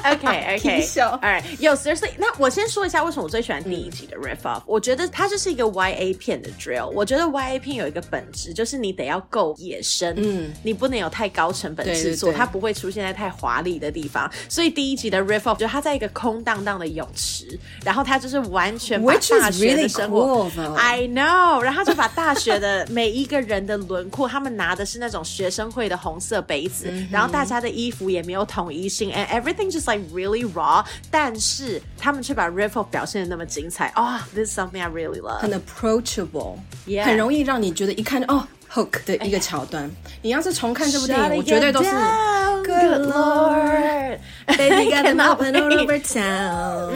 A: OK
B: 挺
A: OK，
B: 小
A: Alright，有 Seriously，那我先说一下为什么我最喜欢第一集的 Riff Off。我觉得它就是一个 YA 片的 drill。我觉得 YA 片有一个本质，就是你得要够野生，嗯，你不能有太高成本制作，
B: 对对对
A: 它不会出现在太华丽的地方。所以第一集的 Riff Off 就它在一个空荡荡的泳池，然后它就是完全把
B: Which is
A: 大学的
B: really
A: 生活
B: cool, though.
A: I know，然后他就把大学的每一个人的轮廓，他们拿的是那种学生会的红色杯子，然后大家的衣服也没有统一性，and everything just like really raw。但是他们却把 Riffle 表现的那么精彩啊、t h i s is something I really love。
B: 很 approachable，、
A: Yeah 哎
B: 很容易让你觉得一看哦 hook 的一个桥段。你要是重看这部电
A: Shut
B: 影，我绝对都是
A: it down, Good Lord。
B: Baby got
A: I
B: them
A: cannot
B: up and all
A: wait. Mm.
B: over town.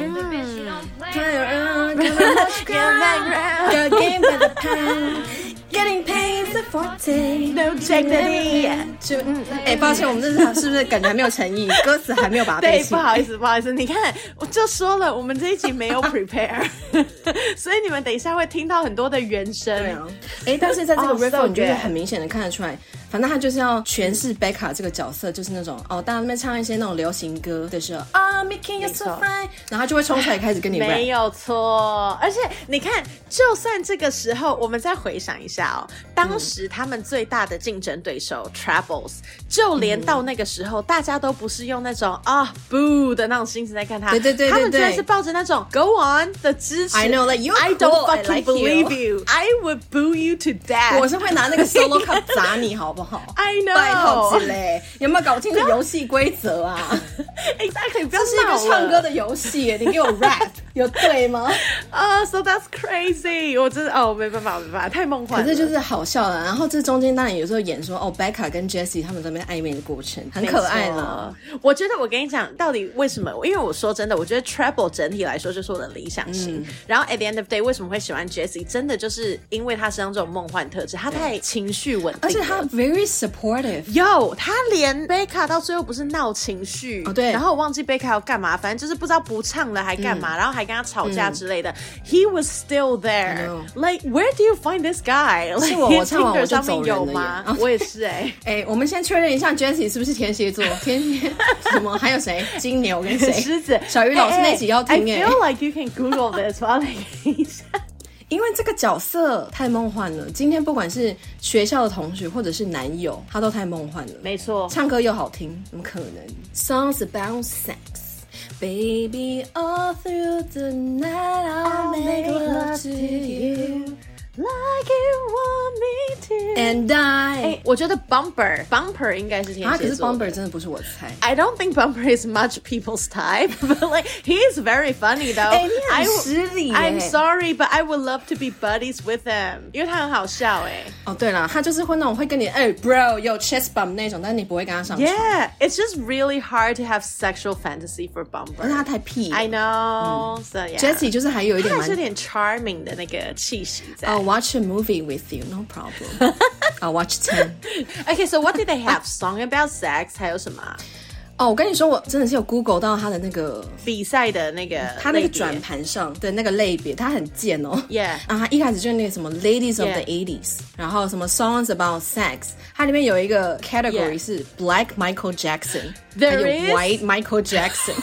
B: Turn around, come
A: Come back round.
B: on, your game by the pound. Getting paid is a forte.
A: No dignity.
B: 就哎，抱歉，我们这是是不是感觉还没有诚意？歌词还
A: [laughs]
B: 没有把它背
A: 对，
B: 起
A: 不
B: 来。
A: 好意思，不好意思，你看，我就说了，我们这一集没有 prepare，所以你们等一下会听到很多的原 [laughs] 声。
B: 对啊，哎，但是在这个
A: 哦 so
B: riff，你就是
A: good
B: 很明显的看得出来，反正他就是要诠释贝卡这个角色，就是那种哦，大家在那边唱一些那种流行歌的时候啊、m a k i n g you so
A: 没错
B: fine，然后他就会冲出来开始跟你 rap
A: 没。有错，而且你看，就算这个时候我们再回想一下哦，当时他们最大的竞争对
B: 嗯
A: 手 Travels，就连到那个时候，大家都不是用那种啊 boo 的那种心情在看他，
B: 嗯对对对对
A: 他们居然
B: 对
A: 是抱着那种 go on 的支持。
B: I know that you're
A: I
B: cool,
A: don't
B: I
A: fucking
B: like you.
A: believe you. I would boo you to death.
B: 我是会拿那个 solo cup 砸你，好不好
A: [laughs] I know
B: 拜托之类，有没有搞清楚游戏规则
A: [laughs]
B: 啊？
A: exactly，不要
B: 这是一个
A: 闹了
B: 唱歌的游戏耶，你给我
A: [laughs]
B: rap 有对吗？
A: 啊、s o that's crazy！我真的哦，没办法，没办法，太梦幻
B: 可
A: 了。
B: 是就是好笑了。然后这中间当然有时候演说哦，Becca 跟 Jessie 他们在那边暧昧的过程，很可爱啦。
A: 没错。我觉得我跟你讲，到底为什么？因为我说真的，我觉得 Treble 整体来说就是我的理想型。
B: 嗯
A: 然后 at the end of the day，为什么会喜欢 Jessie？真的就是因为她身上这种梦幻特质，她太情绪稳定了，
B: 而且他 very supportive，
A: 有，他连贝卡到最后不是闹情绪，
B: 哦对嗯
A: 然后我忘记贝卡要干嘛，反正就是不知道不唱了还干嘛，然后还还跟他吵架之类的、h e was still there.
B: know.
A: Like where do you find this guy？
B: 是
A: Like,
B: 我我唱完
A: Tinder
B: 我就
A: 上
B: 走
A: 面
B: 人
A: 有
B: 了耶
A: 吗
B: 啊？
A: 我也是哎、
B: 哎、我们先确认一下 Jessie 是不是天蝎座？天蝎什么？还有谁？金牛跟谁？
A: [laughs] 狮子，
B: 小鱼老师那集要听哎、
A: I feel like you can Google this，我要来看一下。
B: 因为这个角色太梦幻了。今天不管是学校的同学或者是男友，他都太梦幻了。
A: [laughs] 没错，
B: 唱歌又好听，怎么可能？Songs about sex, baby, all through the night, I'll make love to you
A: like you want me to.
B: and die
A: 哎。我觉得 Bumper Bumper 应该是天
B: 啊，可
A: 蝎
B: 是
A: 座。
B: Bumper 真的不是我的菜。
A: I don't think Bumper is much people's type, [laughs] but like he is very funny though.
B: 哎、你
A: I
B: 很
A: w-
B: 失礼耶、
A: I'm sorry, but I would love to be buddies with him，因为他很好笑哎、
B: 哦，对了，他就是会那种会跟你哎、b r o 有 chest bump 那种，但是你不会跟他上床
A: Yeah, it's just really hard to have sexual fantasy for
B: 而且他
A: Bumper.
B: 太屁了。
A: I know, so yeah.
B: Jessie 就是还有一点
A: 他还
B: 蛮
A: 是有点 charming 的那个气息在。
B: I'll watch a movie with you, no [laughs] problem. I'll watch ten.
A: Okay, so what did they [laughs] have? Song about sex，还有什么啊
B: 哦，我跟你说，我真的是有 Google 到他的那个
A: 比赛的那个类别？
B: 他那个转盘上的那个类别，他很贱哦。
A: Yeah
B: [laughs] 然后他一开始就是那个什么 Ladies of the
A: Yeah
B: Eighties，然后什么 Songs about Sex，它里面有一个 category
A: Yeah
B: 是 Black Michael Jackson，还
A: There
B: 有
A: is？
B: White
A: [laughs]
B: Michael Jackson，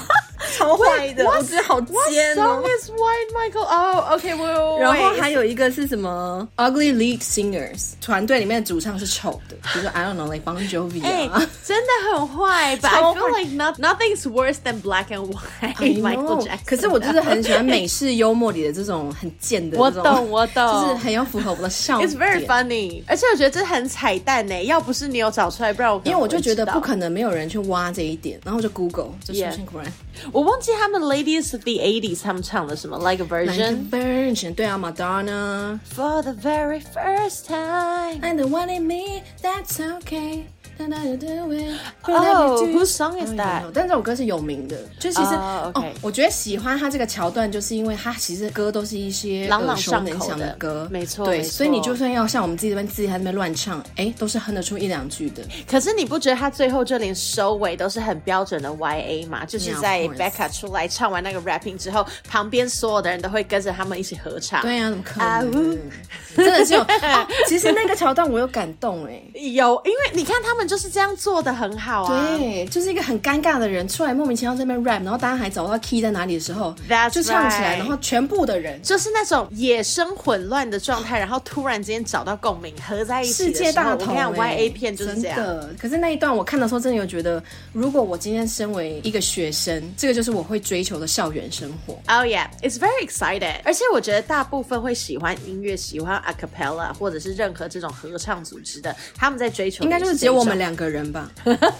B: 超
A: Wait,
B: 坏的，我
A: what-
B: 觉得好
A: What
B: 贱
A: song
B: 哦。
A: is White Michael? Oh, okay, well,
B: 然后还有一个是什么 Ugly Lead Singers，团队里面的主唱是丑的，比如说 I don't know like Bon Jovi
A: 哎、
B: 啊。
A: [laughs] 真的很坏，But I
B: 超坏
A: feel like not nothing's worse than black and white
B: I know
A: Michael Jackson。
B: 可是我就是很喜欢美式幽默里的这种很贱的这种，
A: 我懂我懂
B: 就是很有符合我的笑
A: [laughs]
B: 点。
A: It's very funny，而且我觉得这很彩蛋呢、要不是你有找出来，不然我可
B: 因
A: 能
B: 为我就
A: 不会
B: 觉
A: 知
B: 得
A: 道
B: 不，可能没有人去挖这一点，然后我就 Google 就出
A: Yeah
B: 现果然。
A: 我忘记他们 Ladies of the Eighties 他们唱的什么 Like a
B: Like
A: Virgin
B: a Virgin，对啊，Madonna。
A: for the very first time。
B: And the one in me, that's okay. Then I do it.
A: Oh,
B: Whatever you do.
A: whose song is
B: I don't
A: that?
B: know，但这首歌是有名的，就其实、
A: Oh, okay.
B: 哦，我觉得喜欢他这个桥段，就是因为他其实歌都是一些
A: 朗朗
B: 耳熟
A: 上
B: 能
A: 口
B: 详
A: 的
B: 歌，
A: 没错
B: 对，
A: 没错
B: 所以你就算要像我们自己这边自己在那边乱唱，哎，都是哼得出一两
A: [laughs]
B: 句的。
A: 可是你不觉得他最后就连收尾都是很标准的 YA 吗？就是在
B: Yeah, of course.
A: Becca 出来唱完那个 rapping 之后，旁边所有的人都会跟着他们一起合唱。
B: 对啊，怎么可
A: 啊
B: 能
A: 呜？
B: [laughs] 真的是有、 [laughs] 哦，其实那个桥段我有感
A: [laughs]
B: 动哎、
A: 有，因为你看他们就是这样做的很好啊。
B: 对，就是一个很尴尬的人出来莫名其妙在那边 rap，然后大家还找不到 key 在哪里的时候
A: That's
B: 就唱起来
A: right
B: 然后全部的人
A: 就是那种野生混乱的状态，然后突然之间找到共鸣，合在一起
B: 哦世
A: 的时候。
B: 界大
A: 我跟
B: 同、
A: 你看
B: 欸
A: YA 片就是这样
B: 真。的，可是那一段我看的时候，真的有觉得，如果我今天身为一个学生，这个就是我会追求的校园生活。
A: Oh yeah, it's very excited. 而且我觉得大部分会喜欢音乐、喜欢 a cappella 或者是任何这种合唱组织的，他们在追求
B: 应该就是只有我们
A: 俩。
B: 两个人吧。
A: [laughs]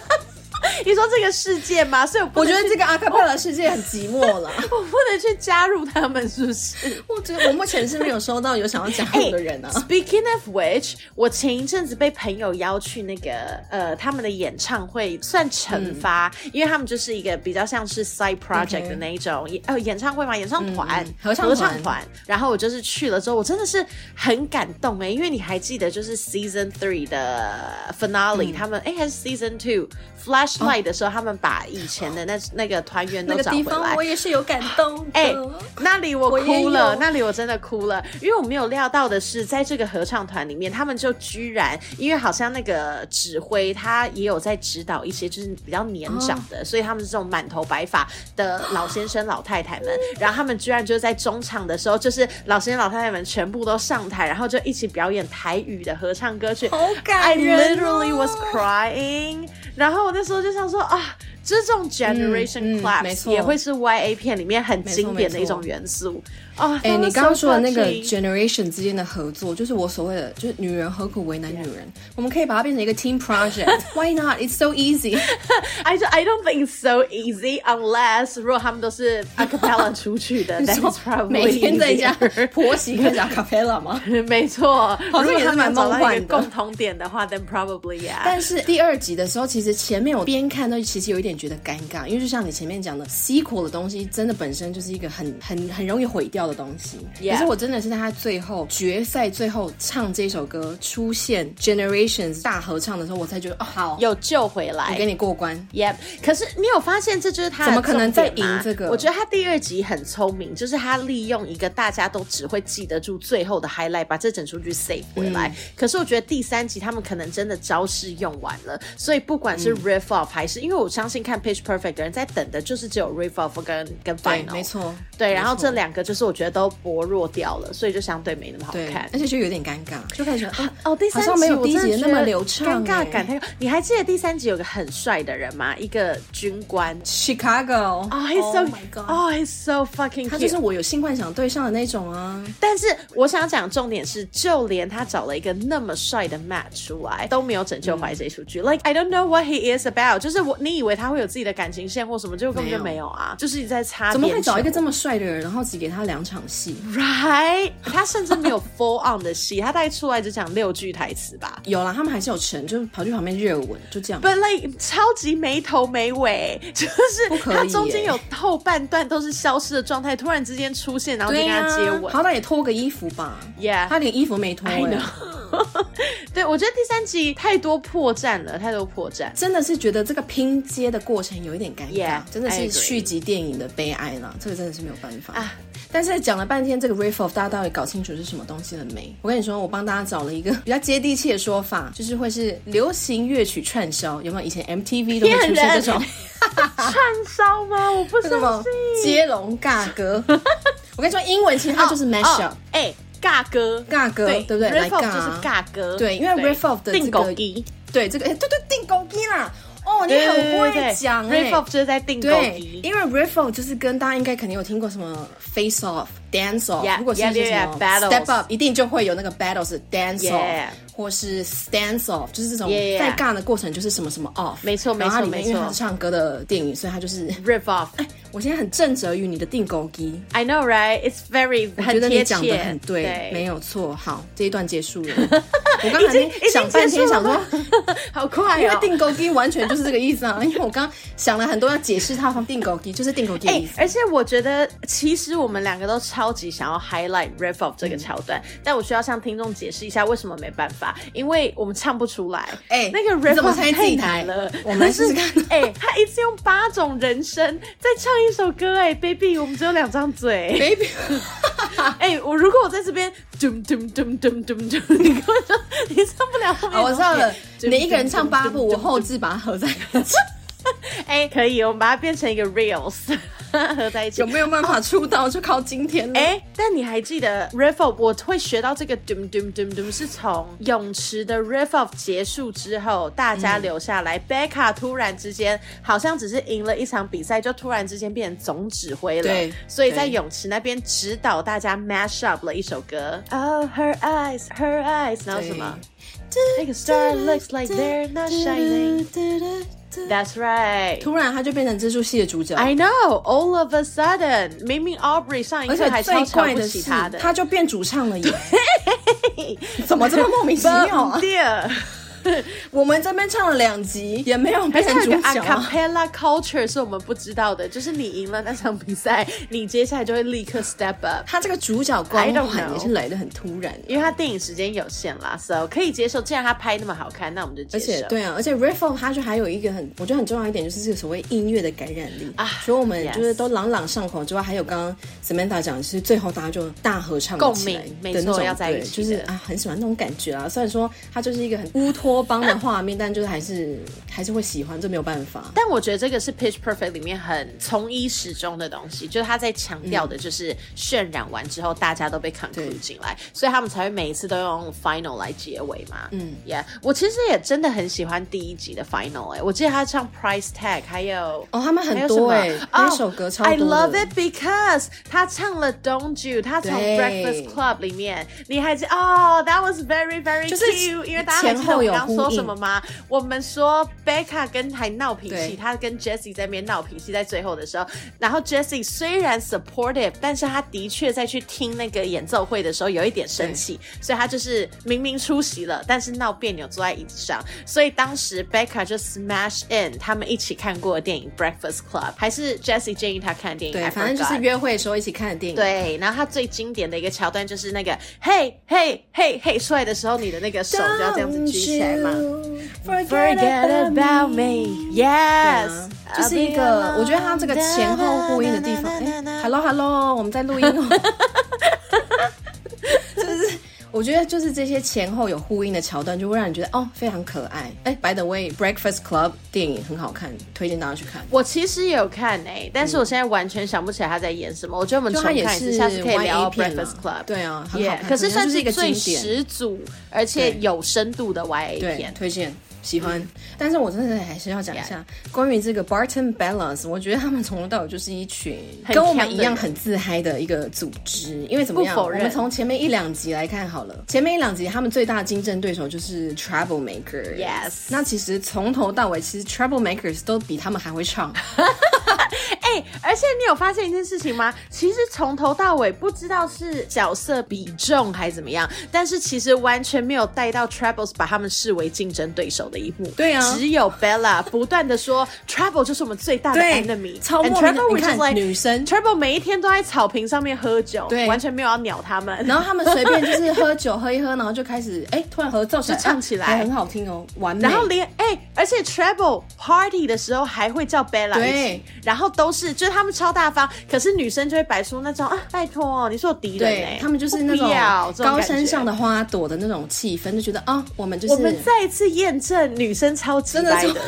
A: 你说这个世界吗？所以我不
B: 我觉
A: 能
B: 得
A: 去
B: 这个阿卡贝拉世界很寂寞
A: [laughs]
B: 了。
A: 我不能去加入他们，是不
B: [laughs]
A: 是？
B: 我觉得我目前是没有收到有想要加
A: 哎
B: 入的人啊。
A: Speaking of which，我前一阵子被朋友邀去那个呃他们的演唱会，算
B: 嗯
A: 惩罚，因为他们就是一个比较像是 side project 的那一种演呃演唱会嘛，演唱团、
B: 嗯合唱团
A: 合唱团。然后我就是去了之后，我真的是很感动哎、因为你还记得就是 season three 的 finale，、他
B: 嗯
A: 们哎、还是 season two flashlight 的时候，他们把以前的那那个团员都
B: 哦那个
A: 找回
B: 地
A: 来
B: 方我。也是有感动的。
A: 哎、
B: [laughs]
A: 那里我
B: 我也
A: 哭了，
B: 有
A: 那里我真的哭了，因为我没有料到的是，在这个合唱团里面，他们就居然，因为好像那个指挥他也有在指导一些就是比较年长的，
B: 哦
A: 所以他们是这种满头白发的老先生、老太太们，然后他们居然就在中场的时候，就是老先生、老太太们全部都上台，然后就一起表演台语的合唱歌曲，
B: 好感人
A: I literally
B: 哦
A: was crying，然后我那时候就想说啊。这种 generation
B: 嗯嗯
A: claps、
B: 没错
A: 也会是 YA 片里面很经典的一种
B: 没错
A: 元素哦。
B: 哎、
A: that
B: 你
A: was
B: 刚刚说的那
A: so
B: 个
A: touching
B: generation 之间的合作，就是我所谓的，就是女人何苦为难女人？我们可以把它变成一个 team project，Why not? It's so easy。
A: [laughs] I don't- I don't think it's so easy unless 如果他们都
B: [laughs]
A: 是 a cappella 出去的，
B: 你
A: 但是
B: 说
A: probably
B: 每天在家
A: easier [laughs]
B: 婆媳跟讲 capella [laughs] 吗？
A: 没错，
B: 像
A: 如果
B: 也是
A: 他们
B: 蛮
A: 找
B: 梦
A: 到一
B: 幻
A: 个
B: 的
A: 共同点的话，then probably yeah。
B: 但是第二集的时候，其实前面我边看都其实有一点点觉得尴尬，因为就像你前面讲的，sequel 的东西真的本身就是一个很很很容易毁掉的东西。
A: Yeah
B: 可是我真的是在他最后决赛最后唱这首歌出现 Generations 大合唱的时候，我才觉得哦好，
A: 有救回来
B: 我给。你过关。
A: Yep，可是你有发现这就是他的
B: 怎么可能再
A: 重点吗
B: 赢这个
A: 我觉得他第二集很聪明，就是他利用一个大家都只会记得住最后的 highlight，把这整出剧 save 回来。
B: 嗯
A: 可是我觉得第三集他们可能真的招式用完了，所以不管
B: 嗯
A: 是 riff off 还是，因为我相信看 Pitch Perfect 的人在等的就是只有 riff off 跟跟
B: 对
A: final，，
B: 没。错，
A: 对，然后
B: 没错
A: 这两个就是我觉得都薄弱掉了，所以就相对没那么好
B: 对
A: 看，
B: 而。且就有点尴尬，就开始觉得啊
A: 哦，第三集
B: 好像没有
A: 我
B: 第一
A: 真的
B: 集那么
A: 觉得
B: 流畅，
A: 尴尬
B: 哎
A: 感太。你还记得第三集有个很帅的人吗？一个军官。
B: Oh
A: 哦、
B: Chicago，
A: h e s so，
C: Oh my god
A: oh, he's so fucking
B: 啊他就
A: cute
B: 是。我有性幻想对象的那种啊。
A: 但是我想讲重点是，就连他找了一个那么帅的 Matt 出来，都没有拯救怀这一出
B: 嗯
A: 剧。Like I don't know what he is about，就是我你以为他会有自己的感情线或什么，结果根本就
B: 没
A: 没
B: 有
A: 有啊，就是你在擦
B: 怎么会找一个
A: 边球
B: 这么帅的人，然后只给他两场戏？
A: right？他甚至没有 [laughs] full on 的戏，他大概出来只讲六句台词吧。
B: 有啦，他们还是有成，就是跑去旁边热吻，就这样。
A: But like 超级没头没尾， [laughs] 就是
B: 可以
A: 他中间
B: 耶
A: 有后半段都是消失的状态，突然之间出现，然后就
B: 对
A: 跟
B: 呀、
A: 他接吻。
B: 好歹也脱个衣服吧。
A: Yeah
B: 他连衣服没脱、
A: I
B: 欸
A: know，对我觉得第三集太多破绽了，太多破绽。
B: 真的是觉得这个拼接的过程有一点尴尬
A: Yeah，
B: 真的
A: I
B: 是
A: agree
B: 续集电影的悲哀啦，这个真的是没有办法
A: 啊
B: 啊。但是讲了半天这个 riff off，大家到底搞清楚是什么东西了没？我跟你说，我帮大家找了一个比较接地气的说法，就是会是流行乐曲串烧，有没有？以前 MTV 都会出现这种。
A: 串烧吗？我不
B: 啊什么接龙尬
A: [laughs]
B: 歌。我跟你说，英文其实它就是 mash up，、
A: 哦哎，尬歌，
B: 尬歌对不对
A: r i
B: 来
A: f f
B: 尬
A: 就是尬歌，
B: 对因为 riff off 的这个
A: 定狗机，
B: 对这个，哎、对对，定勾机啦。哦，你
A: 对对
B: 很
A: 对对
B: 会
A: 对
B: 讲哎、
A: riff off 就是在定狗
B: 对，
A: 机。
B: 因为 riff off 就是跟大家应该肯定有听过什么 face off、dance off，、
A: Yeah，
B: 如果是一些
A: yeah，yeah，
B: 什么
A: yeah，battles
B: step up，一定就会有那个 battles dance off，、
A: Yeah
B: 或是 stance off，就是这种
A: Yeah，yeah
B: 在尬的过程就是什么什么 off。
A: 没错
B: 然后它
A: 没错
B: 里面
A: 没错
B: 因为它是唱歌的电影，所以
A: [laughs]
B: 它就是。哎
A: Riff off,
B: 我现在很正则于你的定勾机，
A: I know, right? It's very
B: 觉
A: 很
B: 得
A: 贴
B: 你讲的
A: 切，
B: 很对，没
A: 有，
B: 有错。好，这一段结束
A: [laughs]
B: 了。我刚才还没想半天，想说，
A: 好快
B: 因为
A: 哦。
B: 定勾机完全就是这个意思啊。因为我刚刚想了很多要解释它定勾机，就是定勾机的
A: 哎、
B: 意思。
A: 而且我觉得，其实我们两个都超级想要 highlight riff off
B: 嗯
A: 这个桥段，但我需要向听众解释一下为什么没办法，因为我们唱不出来。
B: 哎
A: 那个
B: 你
A: riff
B: 怎么
A: off
B: 猜
A: 太
B: 自己
A: 难
B: 台
A: 了，
B: 我们来试
A: [laughs]
B: 试
A: 可是
B: 看
A: 哎、他一次用八种人声在唱一首歌、哎，baby，我们只有两张嘴。
B: baby，
A: 哎、我如果我在这边咚咚咚咚咚咚， [laughs] 你跟我说你唱不了后面、
B: 好，哦我知道了。
A: 咚
B: 你一个人唱八部，
A: 咚咚
B: 我。
A: 咚咚
B: 后置把它合在一起，
A: [laughs] 哎、可以，我们把它变成一个 reels [laughs] 合在一起
B: 有。没有办法出道就靠今天了。
A: 哎、但你还记得 riff off？我会学到这个 dum dum dum dum 是从泳池的 riff off 结束之后，大家留下来、b e c c a 突然之间好像只是赢了一场比赛，就突然之间变成总指挥了。
B: 对
A: 所以在
B: 对
A: 泳池那边指导大家 mash up 了一首歌。Oh, her eyes, her eyes，然后什么？Like a star looks like they're not shining. That's right.
B: 突然他就变成这出戏的主角，
A: I know, all of a sudden，明明 Aubrey 上一
B: 而
A: 刻还
B: 且
A: 超
B: 最
A: 瞧
B: 怪
A: 不
B: 的
A: 起
B: 是，
A: 他的，
B: 他就变主唱了耶！怎么这么莫名其妙啊？
A: 对，
B: 我们这边唱了两集，也没有变成
A: 还有
B: 主
A: 个 a
B: 角
A: c
B: 啊、
A: capella culture 是我们不知道的，就是你赢了那场比赛，你接下来就会立刻 step up。
B: 他这个主角光
A: I don't know
B: 环也是来的很突然，
A: 因为他电影时间有限啦，so 可以接受。既然他拍那么好看，那我们就接
B: 而
A: 受。
B: 且对啊，而且 r i f f l 它就还有一个很，我觉得很重要一点，就是这个所谓音乐的感染力
A: 啊
B: 所以我们
A: yes
B: 就是都朗朗上口之外，还有刚刚 Samantha 讲，是最后大家就大合唱了起来
A: 共鸣没
B: 的那
A: 错
B: 种
A: 要在一起
B: 对就是
A: 的
B: 啊，很喜欢那种感觉啊。虽然说它就是一个很乌托邦的画面，但就是还是还是会喜欢，这没有办法。
A: 但我觉得这个是 Pitch Perfect 里面很从一始终的东西，就是他在强调的就是渲染完之后，大家都被 conclude
B: 对
A: 进来，所以他们才会每一次都用 final 来结尾嘛。嗯，Yeah，我其实也真的很喜欢第一集的 final，哎、我记得他唱 Price Tag，还有
B: 哦他们很多
A: 还有
B: 欸
A: 什么
B: 那
A: 哦
B: 首歌超
A: I
B: 多的
A: love it because 他唱了 Don't You，他从
B: 对
A: Breakfast Club 里面，你还记哦、t h a t was very very
B: 就是
A: cute，因为大家还
B: 前
A: 记得
B: 后
A: 我
B: 有
A: 刚刚
B: 呼
A: 说
B: 应
A: 什么吗？我们说 Becca 跟还闹脾气，
B: 对
A: 她跟 Jessie 在那边闹脾气，在最后的时候，然后 Jessie 虽然 supportive，但是她的确在去听那个演奏会的时候有一点生气，所以她就是明明出席了，但是闹别扭坐在椅子上，所以当时 Becca 就 smash in 他们一起看过的电影《Breakfast Club》，还是 Jessie 建议她看的电影，
B: 对，
A: I
B: 反正就
A: forgot
B: 是约会的时候一起看的电影。
A: 对，然后他最经典的一个桥段就是那个嘿嘿嘿嘿出来的时候，你的那个手就要这样子举起来嘛。Forget about me,
B: 啊
A: yes，
B: 就是一个，我觉得它这个前后呼应的地方。哎，Hello Hello，我们在录音哦。就是我觉得就是这些前后有呼应的桥段，就会让你觉得哦非常可爱。哎，By the way，Breakfast Club 电影很好看，推荐大家去看。
A: 我其实也有看诶、但是我现在完全想不起来他在演什么。我觉得我们
B: 就
A: 重
B: 它
A: 看
B: 也
A: 一次，
B: 是
A: 下次可以
B: YA
A: 聊
B: 片嘛
A: Breakfast Club。
B: 对啊，很好
A: Yeah，
B: 看。
A: 可是算
B: 就是一个
A: 最
B: 经典。
A: 始祖，而且
B: 对
A: 有深度的 YA
B: 对
A: 片，。
B: 推荐喜欢、
A: 嗯
B: 但是我真的还是要讲一下关于这个 Barton Balance，我觉得他们从头到尾就是一群
A: 很
B: 跟我们
A: 强的
B: 一样
A: 人
B: 很自嗨的一个组织。因为怎么样，
A: 不否
B: 我
A: 认
B: 们从前面一两集来看好了，前面一两集他们最大的竞争对手就是 Trouble Maker。
A: Yes
B: 那其实从头到尾，其实 Trouble Makers 都比他们还会唱。 [laughs]
A: [laughs] 哎、而且你有发现一件事情吗？其实从头到尾不知道是角色比重还是怎么样，但是其实完全没有带到 Troubles 把他们视为竞争对手的一幕。
B: 对啊
A: 只有 Bella 不断的说 Trouble 就是我们最大的
B: 对
A: enemy，
B: 超
A: And
B: 莫名的
A: Trouble
B: 你
A: was
B: 看
A: just like
B: 女生
A: Trouble 每一天都在草坪上面喝酒，
B: 对
A: 完全没有要鸟他们。
B: 然后他们随便就是喝酒喝一喝，然后就开始哎、突然合奏起来，
A: 就唱起来
B: 啊还很好听哦，完美。
A: 然后连哎、而且 Trouble party 的时候还会叫 Bella 一
B: 对
A: 起，然后都是就是他们超大方，可是女生就会摆出那种啊，拜托、你是我敌人哎、
B: 对他们就是那
A: 不要
B: 种高山上
A: 的。
B: 的花朵的那种气氛，就觉得啊、我们就
A: 我
B: 是
A: 们再一次验证女生超级
B: 真的
A: 白
B: 是
A: 的，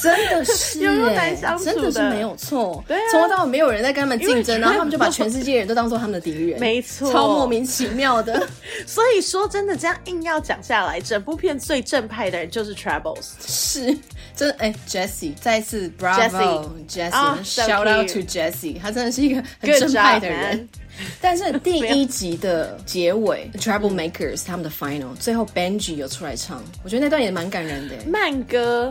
B: 真
A: [laughs]
B: 的是
A: 有
B: 欸
A: 难相处的
B: 真的是没有错。
A: 对啊
B: 从头到尾没有人在跟他们竞
A: 因为
B: 争，然后他们就把
A: 全部
B: 全世界人都当做他们的敌人，
A: 没错
B: 超莫名其妙的。
A: 所以说真的这样硬要讲下来，整部片最正派的人就是 Troubles。
B: 是，真的哎、j e s s i e 再一次
A: Oh, so
B: Bravo，Jessie，shout、out to
A: cute.
B: Jessie，她真的是一个很
A: Good
B: 正派的
A: job,
B: 人
A: man.。嗯
B: 但是第一集的
A: [laughs]
B: 结尾，Trouble Makers 他们的 final，最后 Benji 有出来唱，我觉得那段也蛮感人的、欸。
A: 慢歌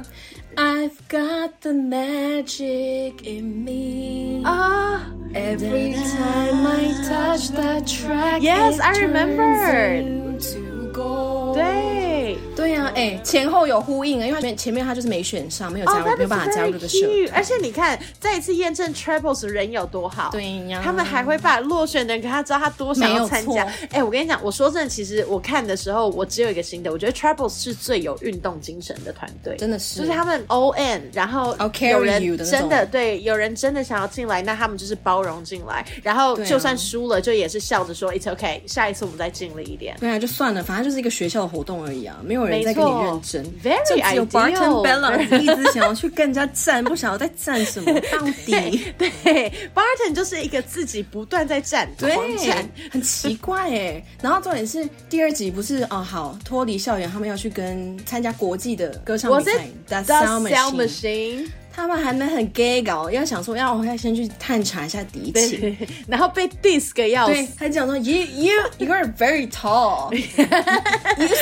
B: I've got the magic in me.
A: 啊、
B: Every time I touch that track,
A: Yes,
B: it
A: I remember.
B: turns into gold.
A: 对，
B: 对呀、啊，哎、前后有呼应啊，因为前前面他就是没选上，没有加
A: 哦，
B: 入，
A: 他
B: 没
A: 们
B: 有办法加入这个社。
A: 而且你看，再一次验证 Troubles 人有多好。
B: 对呀
A: 他们还会把落选的人给他知道他多想要参
B: 没
A: 加
B: 有错。
A: 哎、我跟你讲，我说真的，其实我看的时候，我只有一个心得，我觉得 Troubles 是最有运动精神的团队，
B: 真的是
A: 就是他们 O N，然后
B: I'll carry
A: 有人
B: you 的那
A: 真的
B: 种
A: 对，有人真的想要进来，那他们就是包容进来，然后
B: 对啊
A: 就算输了，就也是笑着说 It's okay，下一次我们再尽力一
B: [laughs]
A: 点。
B: 对啊，就算了，反正就是一个学校的活动而已啊，没有人在跟你认真
A: 没。错
B: 就
A: Very
B: 只有
A: ideal
B: Barton
A: [laughs]
B: Bella 一直想要去跟人家站，不想要再站什么，到底。
A: 对对，Barton 就是一个自己不断在战，狂战，
B: 很奇怪哎。然后重点是第二集不是哦，好脱离校园，他们要去跟参加国际的歌唱
A: 我
B: 比
A: 是
B: 赛。That
A: The Sound
B: Machine
A: Machine，
B: 他们还没很 gay 搞，要想说要我要先去探查一下敌情。
A: 对， [laughs] 然后被 diss 个要
B: 对
A: 死。，
B: 他讲说 you you you are very
A: [laughs]
B: tall, you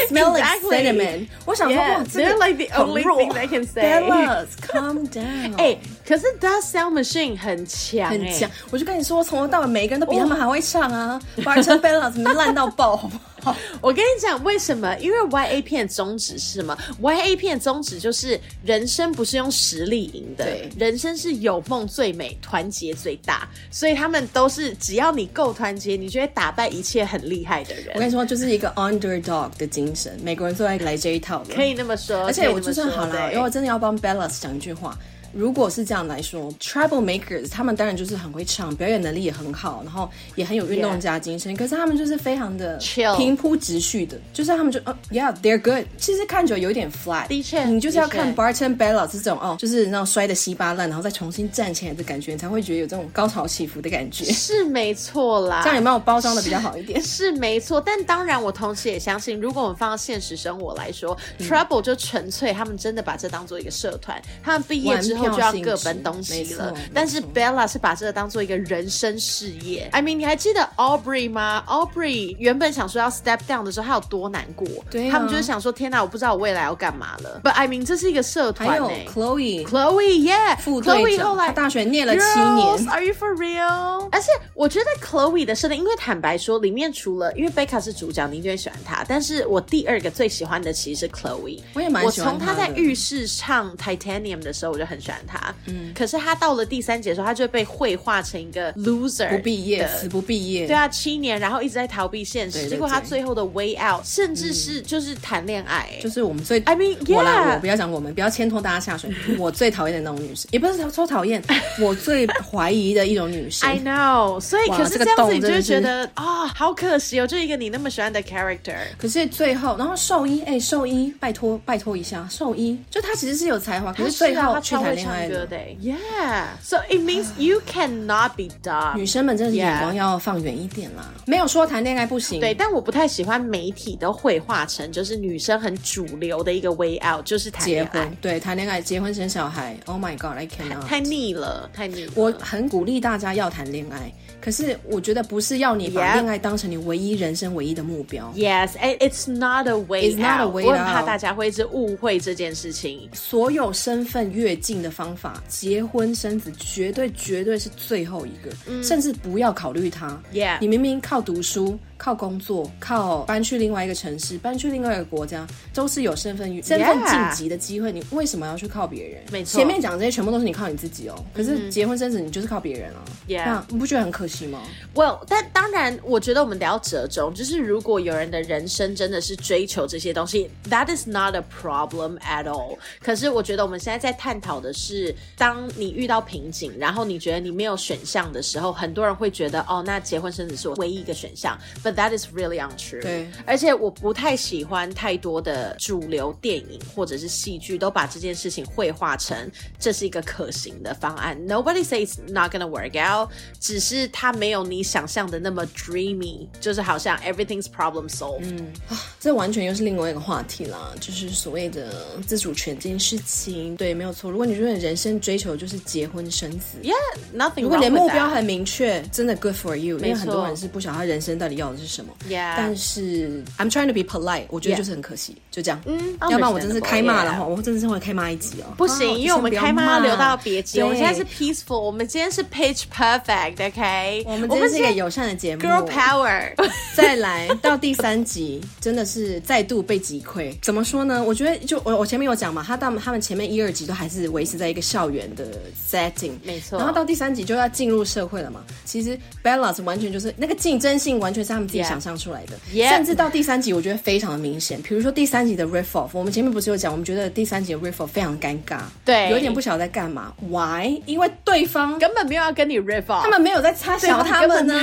B: smell like
A: Exactly.
B: cinnamon。我想说
A: Yeah,
B: 哇，这个
A: they're like the
B: 很
A: only
B: 弱
A: thing they can say.
B: Bellas,
A: [laughs]
B: calm down.
A: 哎、可是 The Sound Machine 很强、
B: 哦很
A: 哎哦
B: 强，我就跟你说，从头到尾每一个人都比他们还会唱啊。Barton Bella 怎么烂到爆，好不好？
A: 我跟你讲，为什么？因为 Y A 片宗旨是什么？Y A 片宗旨就是人生不是用实力赢的
B: 对，
A: 人生是有梦最美，团结最大。所以他们都是，只要你够团结，你就会打败一切很厉害的
B: 我
A: 人。
B: 跟你说，就是一个 underdog 的精神，美国人最爱来这一套了。
A: 可以那么说，
B: 而且我就
A: 可以那
B: 算
A: 么说
B: 好了，
A: 对
B: 因为我真的要帮 Bella 讲一句话。如果是这样来说，Trouble Makers 他们当然就是很会唱，表演能力也很好，然后也很有运动家精神。可是他们就是非常的
A: Chill
B: 平铺直叙的，就是他们就呃、y e a h they're good。其实看久有点 flat，
A: 的确
B: 你就是要看
A: 的确
B: Barton Bella 这种哦，就是那种摔得稀巴烂，然后再重新站起来的感觉，你才会觉得有这种高潮起伏的
A: [laughs]
B: 感觉。
A: 是没错啦。
B: 这样有没有包装的比较好一点？
A: 是没错，但当然，我同时也相信，如果我们放到现实生活来说、t r o u b l e 就纯粹他们真的把这当做一个社团，他们毕业之后就要各奔东西了
B: 没错。
A: 但是 Bella 是把这个当做一个人生事业。I mean，你还记得 Aubrey 吗？Aubrey 原本想说要 step down 的时候，他有多难过？
B: 对啊
A: 他们就是想说，天哪，我不知道我未来要干嘛了。But I mean，这是一个社 [laughs] 团欸
B: 还有
A: 诶、
B: Chloe
A: Chloe yeah，
B: 副队
A: Chloe
B: 长，
A: 后来
B: 他大学念了七年
A: Girls,。Are you for real？而且我觉得 Chloe 的设定，因为坦白说，里面除了因为 Becca 是主角，你一定会喜欢她，但是我第二个最喜欢的其实是 Chloe。
B: 我也蛮喜欢
A: 我从
B: 她
A: 她在
B: 的
A: 浴室唱 Titanium 的时候，我就很喜欢她。嗯，可是她到了第三节的时候，她就被绘画成一个 loser，
B: 不毕业，
A: 的
B: 死不毕业。
A: 对啊，七年，然后一直在逃避现实，
B: 对对
A: 结果她
B: 对嗯
A: 最后的 way out，甚至是就是谈恋爱、欸
B: 就是我们最
A: I mean,
B: 我啦，
A: yeah.
B: 我不要讲我们，不要牵拖大家下水。 [laughs] 我最讨厌的那种女生，也不是说讨厌，我最怀疑的一种女生
A: I。know，所以
B: 哇
A: 可是
B: 这个
A: 这样
B: 洞
A: 子，你就会
B: 真的是
A: 觉得啊、好可惜哦，就是一个你那么喜欢的 character。
B: 可是最后，然后兽医，哎、兽医，拜托，拜托一下，兽医，就他其实是有才华，可
A: 他
B: 是最
A: 啊
B: 后
A: 他
B: 去
A: 超
B: 谈
A: 会
B: 恋
A: 唱
B: 爱
A: 歌
B: 了。
A: 的欸，Yeah。So it means you cannot be
B: 女
A: dumb。
B: 生们真的是
A: Yeah
B: 眼光要放远一点啦，没有说谈恋爱不行。
A: 对，，但我不太喜欢媒体都绘画成就是女生很主流的一个 way out，就是谈
B: 结
A: 恋爱
B: 婚，，对，谈恋爱，结婚生小孩。Oh my god，I cannot。
A: 太腻了，太腻了。
B: 我很鼓励大家要谈恋爱，可是我觉得不是要你把
A: Yeah
B: 恋爱当成你唯一人生唯一的目标。
A: Yes, and it's not a way
B: It's not a
A: out
B: way
A: 我很怕
B: out
A: 大家会一直误会这件事情。
B: 所有身份越境的方法，结婚生子绝对绝对是最后一个，甚至不要考虑它。
A: 嗯 Yeah
B: 你明明靠读书、靠工作、靠搬去另外一个城市、搬去另外一个国家，都是有身份身份晋级的机会。你为什么要去靠别人？
A: 没错嗯
B: 前面讲的这些全部都是你靠你自己哦。可是结婚生子，你就是靠别人啊。
A: Yeah
B: 那你不觉得很可惜吗？
A: Well，但当然，我觉得我们聊折中，就是如果有人的人生真的是追求这些东西，that is not a problem at all。可是我觉得我们现在在探讨的是，当你遇到瓶颈，然后你觉得你没有选项的时候，很多人会觉得哦，那结婚生子是我唯一一个选项，but that is really untrue。
B: 对
A: 而且我不太喜欢太多的主流电影或者是戏剧都把这件事情绘画成这是一个可行的方案。Nobody says it's not gonna work out，只是它没有你想象的那么 dreamy，就是好像 everything's problem solved。
B: 嗯这完全又是另外一个话题啦，就是所谓的自主权这件事情。对，没有错。如果你觉得人生追求就是结婚生子
A: Yeah，nothing。
B: 如果你的目标很明确，真的 good for you。因为
A: 没错
B: 很多人是不晓得他人生到底要的是什么。
A: Yeah
B: 但是 I'm trying to be polite，我觉得
A: Yeah
B: 就是很可惜，就这样。嗯
A: understandable，
B: 要不然我真是开骂了
A: yeah
B: 话，我真的是会开骂一集哦。
A: 啊不行，
B: 啊
A: 因为我们开
B: 先
A: 麦
B: 不要
A: 留到别集。我们现在是
B: 对
A: peaceful，我们今天是 pitch perfect，OK？、
B: 我们今天是一个友善的节目。
A: girl
B: [laughs]
A: power。
B: 再来到第三集，真的是再度被击溃。怎么说呢？我觉得就我我前面有讲嘛，他到他们前面一二集都还是维持在一个校园的 setting，
A: 没错
B: 然后到第三集就要进入社会了嘛。其实 Bella 完全就是那个竞争性，完全是他们自己
A: Yeah
B: 想象出来的。
A: Yeah
B: 甚至到第三集，我觉得非常的明显。比如说第三集的 riff off，我们前面不是有讲，我们觉得第三集的 riff off 非常尴尬，
A: 对
B: 有点不晓得在干嘛。Why？因为对方
A: 根本没有要跟你 riff off，
B: 他们没有在插小他们呢。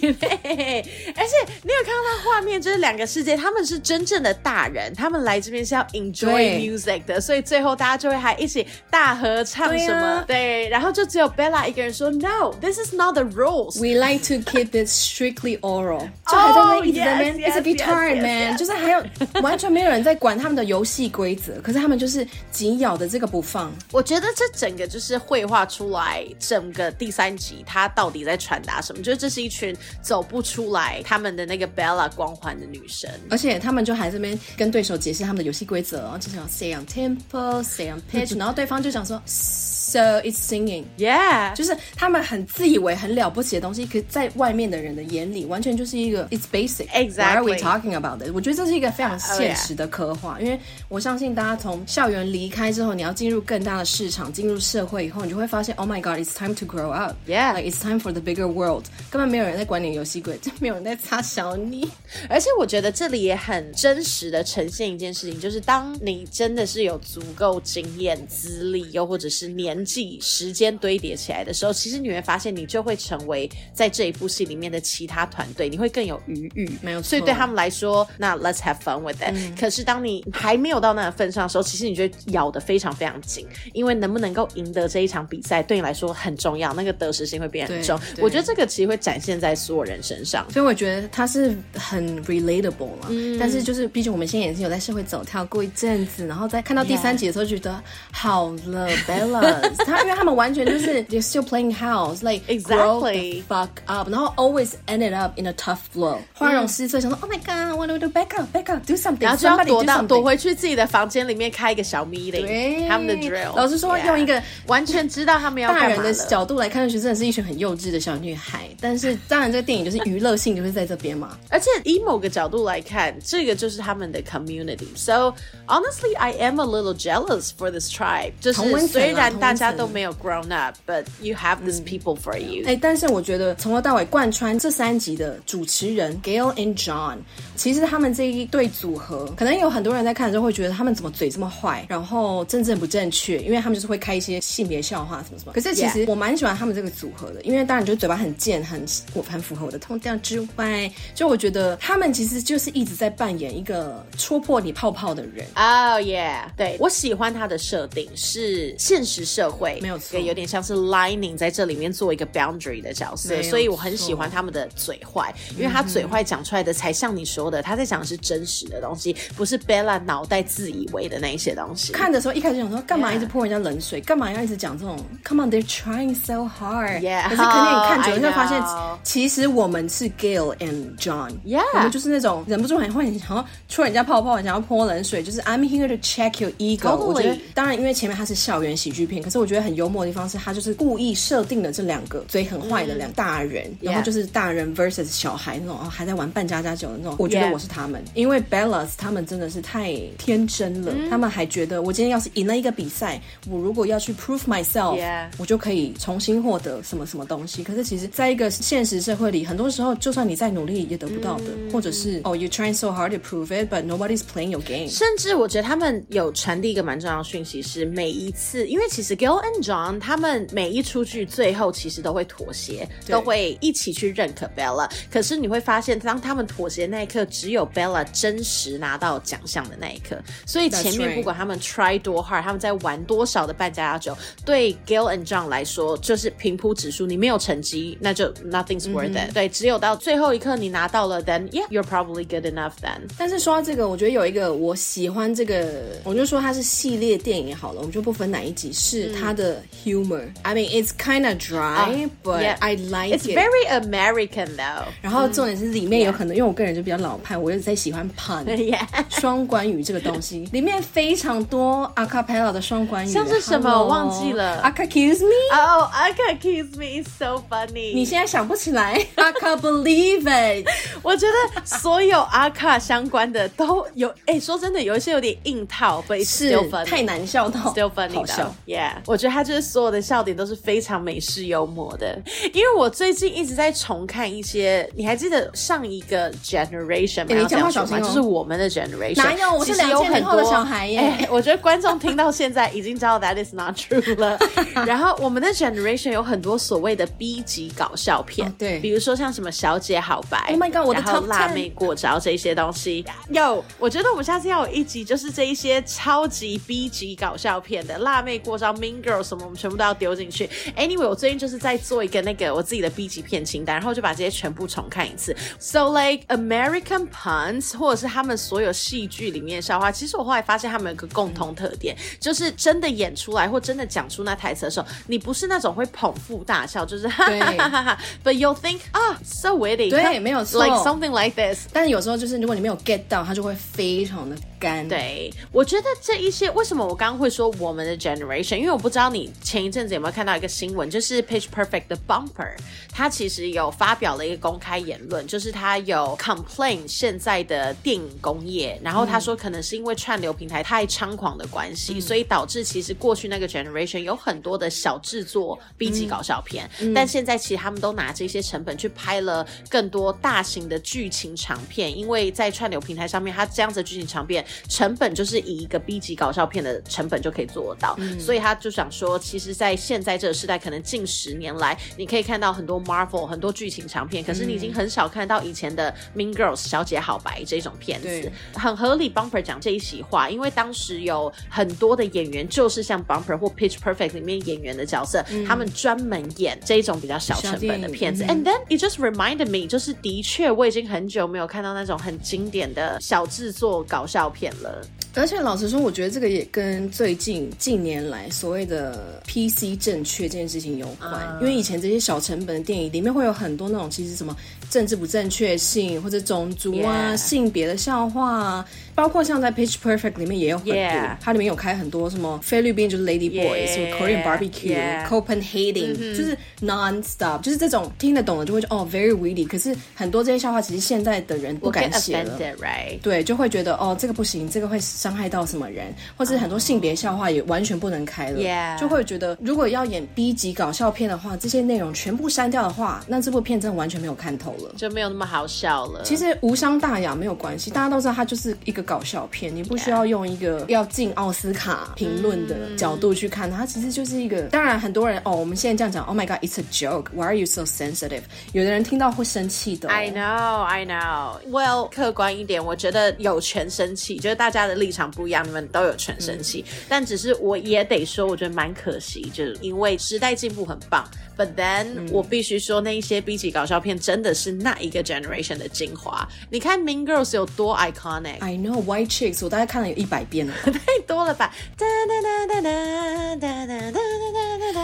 A: 对 [laughs] 而且你有看到他画面，就是两个世界，他们是真正的大人，他们来这边是要 enjoy
B: 对
A: music 的，所以最后大家就会还一起大合唱
B: 对啊
A: 什么，对，然后就只有 Bella 一个人说 No，this is not the rules。
B: We like to keep it strictly oral，就
A: Oh,
B: 还在那边一直在
A: yes,
B: 那边
A: yes,
B: It's a guitar
A: yes, yes,
B: man，就是还有完全没有人在管他们的游戏规则，可是他们就是紧咬的这个不放。
A: 我觉得这整个就是绘画出来整个第三集，他到底在传达什么？就是这是一群走不出来他们的那个 Bella 光环的女生。
B: 而且他们就还在那边跟对手解释他们的游戏规则，然后就讲 stay on tempo, stay on pitch，然后对方就讲说 so it's singing，
A: Yeah，
B: 就是他们很自以为很了不起的东西，可在外面的人的眼里，完全就是一个 it's basic。
A: Exactly. Oh,
B: Why are we talking about it？我觉得这是一个非常现实的刻画因为我相信大家从校园离开之后，你要进入更大的市场，进入社会以后，你就会发现，Oh my God，it's time to grow up。
A: Yeah.
B: Like it's time for the bigger world。根本没有人在管你的游戏规则，没有人在擦小你。
A: 而且我觉得这里也很真实的呈现一件事情，就是当你真的是有足够经验、资历，又或者是年纪、时间堆叠起来的时候，其实你会发现，你就会成为在这一部戏里面的其他团队，你会更有余裕。
B: 没有错
A: 所以对他们来说，那 let's have fun with it、可是当你还没有到那个份上的时候，其实你就咬得非常非常紧，因为能不能够赢得这一场比赛，对你来说很重要，那个得失心会变很
B: 对
A: 重。
B: 对
A: 我觉得这个其实会展现在所有人身上。
B: 所以我觉得它是很 relatable 嘛，
A: 嗯
B: 但是就是毕竟我们现在也是有在社会走跳过一阵子，然后在看到第三集的时候，觉得好了，Bella， [laughs] 他因为他们完全就是 they're still playing house like grow the
A: Exactly. 嗯
B: fuck up，然后 always ended up in a tough blow，花容失色，想说 oh my god what do we do back up back up do something，
A: 然后就要
B: somebody do
A: 躲到
B: something
A: 躲回去自己的房间里面开一个小 meeting，
B: 对
A: 他们的 drill。
B: 老师说用一个
A: Yeah，完全知道他们要
B: 大
A: 干
B: 人
A: 嘛
B: 的
A: 了。
B: 角度来看，其实真的是一群很幼稚的小女孩。但是当然，这个电影就是娱乐性，就是在这边嘛。
A: [laughs] 而且以某个角度来看，这个就是他们的 community。So honestly, I am a little jealous for this tribe。就
B: 同温
A: 是
B: 层啊
A: 虽然大家
B: 同温层 Mm。
A: 都没有 grown up，but you have these people for you。
B: 哎、但是我觉得从头到尾贯穿这三集的主持人 Gail and John，其实他们这一对组合，可能有很多人在看的时候会觉得他们怎么嘴这么坏，然后政治很不正确，因为他们就是会开一些性别笑话什么什么。可是其实
A: Yeah
B: 我蛮喜欢他们这个组合的，因为当然就是嘴巴很贱，很我很符合我的痛调之外，就我觉得他们其实就是一直在扮演一个戳破你泡泡的人。
A: 哦、耶！对我喜欢它的设定是现实社会，
B: 没有错
A: 对有点像是 Lining 在这里面做一个 boundary 的角
B: 没
A: 色，
B: 有错
A: 所以我很喜欢他们的嘴坏，因为他嘴坏讲出来的才像你说的，他在讲的是真实的东西，不是 Bella 脑袋自以为的那一些东西。
B: 看的时候一开始想说，干嘛一直泼人家冷水？干嘛要一直讲这种？Come on, they're trying so hard.
A: Yeah，
B: 可是可能你看
A: I
B: 久了，就会发现
A: know
B: 其实我们是 Gail and John。
A: Yeah
B: 我们就是那种忍不住很会想要戳人家泡泡，想要泼冷水，就是 I'm here to check your ego。
A: Totally
B: 我觉得，当然，因为前面它是校园喜剧片，可是我觉得很幽默的地方是，它就是故意设定了这两个嘴很坏的两大人，然后
A: Yeah
B: 就是大人 versus 小孩那种，哦，还在玩扮家家酒的那种。我觉
A: Yeah
B: 得我是他们，因为 Bellas 他们真的是太天真
A: 嗯
B: 了，他们还觉得我今天要是赢了一个比赛，我如果要去 prove myself，、
A: Yeah
B: 我就可以重新获得什么什么东西。可是其实，在一个现实社会里，很多时候就算你再努力也得不到的，
A: 嗯
B: 或者是哦、y o u trying so hard to prove it，but nobody's playing your game。
A: 甚至我觉得他们有传递一个蛮重要的讯息，是每一次，因为其实 Gil and John 他们每一出剧最后其实都会妥协，
B: 对
A: 都会一起去认可 Bella。可是你会发现，当他们妥协那一刻，只有 Bella 真实拿到奖项的那一刻。所以
B: That's
A: 前面
B: right
A: 不管他们 try 多 hard，他们在玩多少的半家家酒，对 Gil and John 来说就是平铺直述，你没有成绩，那就 nothing's worth it、对，只有到最后一刻你拿到了，then yeah you're probably good enough then。
B: 但是说到这个，我觉得有一个我喜欢这个，我就说它是系列电影好了，我们就不分哪一集，是它的 humor。I mean it's kind of dry,、
A: 嗯 Ah,
B: but
A: 啊 yeah.
B: I like
A: It's
B: it.
A: very American though.
B: 然后重点是里面有很多，因为我个人就比较老派，我一直在喜
A: [laughs]
B: 欢 pun。
A: 嗯 Yeah.
B: 双关语这个
A: [laughs]
B: 东西，里面非常多 a cappella 的双关语，
A: 像是什么我忘记了
B: a c c u s e me，
A: Oh, I can kiss me is so funny. [laughs]
B: 你现在想不起来 a c a believe it，
A: 我觉得所有阿卡相关的都有，哎、说真的，有一些有点硬套，but it's
B: 是
A: still funny.
B: 太难笑到
A: Still funny
B: 好笑
A: 的。，Yeah，我觉得他就是所有的笑点都是非常美式幽默的。因为我最近一直在重看一些，你还记得上一个 generation
B: 哎
A: 吗？
B: 你讲话小心哦
A: 就是我们的 generation，
B: 哪有我是
A: 其实有
B: 2000
A: 很
B: 年后的
A: 多
B: 小孩
A: [laughs]
B: 耶
A: 哎我觉得观众听到现在已经知道 that is not true
B: [laughs]
A: 了。然后我们的 generation 有很多所谓的 B 级搞笑片
B: 哦，对
A: 比如说像什么《小姐好白》
B: Oh my god，我的
A: 然后
B: top
A: 辣
B: 10
A: 妹果汁这些东西。有，我觉得我们下次要有一集，就是这一些超级 B 级搞笑片的辣妹过招、Mean Girl 什么，我们全部都要丢进去。Anyway，我最近就是在做一个那个我自己的 B 级片清单，然后就把这些全部重看一次。So like American puns，或者是他们所有戏剧里面的笑话，其实我后来发现他们有个共同特点，就是真的演出来或真的讲出那台词的时候，你不是那种会捧腹大笑，就是哈哈
B: 对
A: 哈哈哈，But you think 啊、s o witty，
B: 对没有错
A: l i k e something like this。
B: 但是有时候就是如果你没有 get 到，它就会非常的干。。
A: 对，我觉得这一些为什么我刚刚会说我们的 generation，因为我不知道你前一阵子有没有看到一个新闻，就是 Pitch Perfect 的 Bumper，他其实有发表了一个公开言论，就是他有 complain 现在的电影工业，然后他
B: 嗯
A: 说可能是因为串流平台太猖狂的关系，所以导致其实过去那个 generation 有很多的小制作 B
B: 嗯
A: 级搞笑片，但现在其实他们都拿这些成本去拍了更多大型的剧情长片，因为在串流平台上面，它这样子的剧情长片成本就是以一个 B 级搞笑片的成本就可以做到，所以他就想说，其实，在现在这个时代，可能近十年来，你可以看到很多 Marvel 很多剧情长片，可是你已经很少看到以前的 Mean Girls 小姐好白这种片子
B: 对，
A: 很合理。Bumper 讲这一席话，因为当时有很多的演员就是像 Bumper 或 Pitch Perfect 里面演员的角色，他们专门演这种比较小成本的片子。
B: 嗯小电嗯
A: And then it just reminded me，就是的确我已经很久没有看到那种很经典的小制作搞笑片了。
B: 而且老实说，我觉得这个也跟最近近年来所谓的 PC 正确这件事情有关，
A: 啊
B: 因为以前这些小成本的电影里面会有很多那种其实什么政治不正确性或者种族啊、
A: Yeah
B: 性别的笑话啊，包括像在 Pitch Perfect 里面也有很多
A: Yeah
B: 它里面有开很多什么菲律宾就是 Lady Boys、
A: Yeah
B: Korean Barbecue、
A: Yeah 嗯
B: Copenhagen，、就是 non stop，就是这种听得懂的就会觉得哦 very witty，可是很多这些笑话其实现在的人不
A: 我
B: 敢写了。
A: offended right？
B: 对，就会觉得哦，这个不行，这个会伤害到什么人，或是很多性别笑话也完全不能开了
A: 哦 Yeah
B: 就会觉得如果要演 B 级搞笑片的话，这些内容全部删掉的话，那这部片真的完全没有看头了。
A: 就没有那么好笑了。
B: 其实无伤大雅，没有关系。大家都知道它就是一个搞笑片，你不需要用一个要进奥斯卡评论的角度去看它。它其实就是一个，当然很多人哦，我们现在这样讲，Oh my God，it's a joke，Why are you so sensitive？有的人听到会生气的哦、
A: I know, I know. Well，客观一点，我觉得有权生气，就是大家的立场不一样，你们都有权生气。但只是我也得说，我觉得蛮可惜，就是因为时代进步很棒，But then、我必须说，那一些 B 级搞笑片真的是那一个 generation 的精华。你看《Mean Girls》有多 iconic，
B: I know white chicks，我大概看了有一百遍了吧。
A: 太多了吧？哒哒哒哒哒哒哒哒哒哒哒。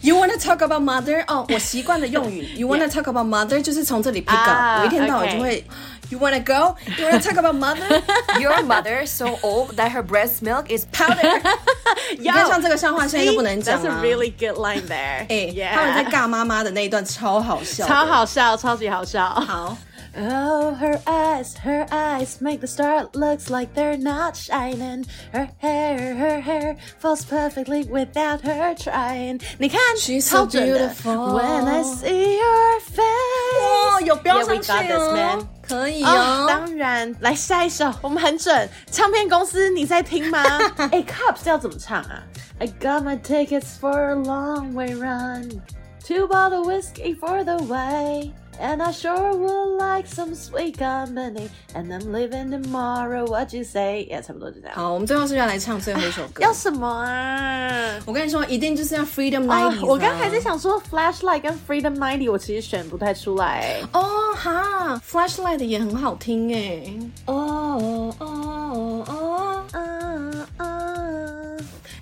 B: You wanna talk about mother？哦、我习惯的
A: [laughs]
B: 用语。You wanna talk about mother？就是从这里 pick up。
A: 啊
B: 我一天到晚
A: OK
B: 就会。You wanna go? You wanna talk about
A: [laughs]
B: mother?
C: Your mother so old that her breast milk is
A: [laughs]
B: Powder？
A: 你
B: 看像这个笑话现在就不能讲
A: That's
B: 啊
A: a really good line there.
B: 哎、
A: Yeah
B: 他们在尬妈妈的那一段超好笑的。
A: 超好笑，超级好笑。
B: 好。
A: Oh, her eyes, her eyes make the star looks like they're not shining. Her hair, her hair falls perfectly without her trying. 你看，
B: She's
A: 超
B: so
A: 准的
B: beautiful. Oh,
A: When I see your face.
B: 哦，有标
A: Yeah, we
B: 上去
A: got this,
B: 哦
A: man.，
B: 可以
A: 哦，
B: 哦。
A: 当然，来下一首，我们很准。唱片公司，你在听吗？ [laughs] 哎，Cups 要怎么唱啊？I got my tickets for a long way run, two bottle whiskey for the way. And I sure would like some sweet company. And I'm leaving tomorrow. What you say? 也差不多就这样。
B: 好，我们最后是不是要来唱最后一首歌
A: 要。什么啊？
B: 我跟你说，一定就是要 Freedom
A: 啊
B: Nighty、
A: 我刚还在。想说 Flashlight 跟 Freedom 90，我其实选不太出来。
B: 哦哈，Flashlight 也很好听哎。
A: 哦哦哦啊啊！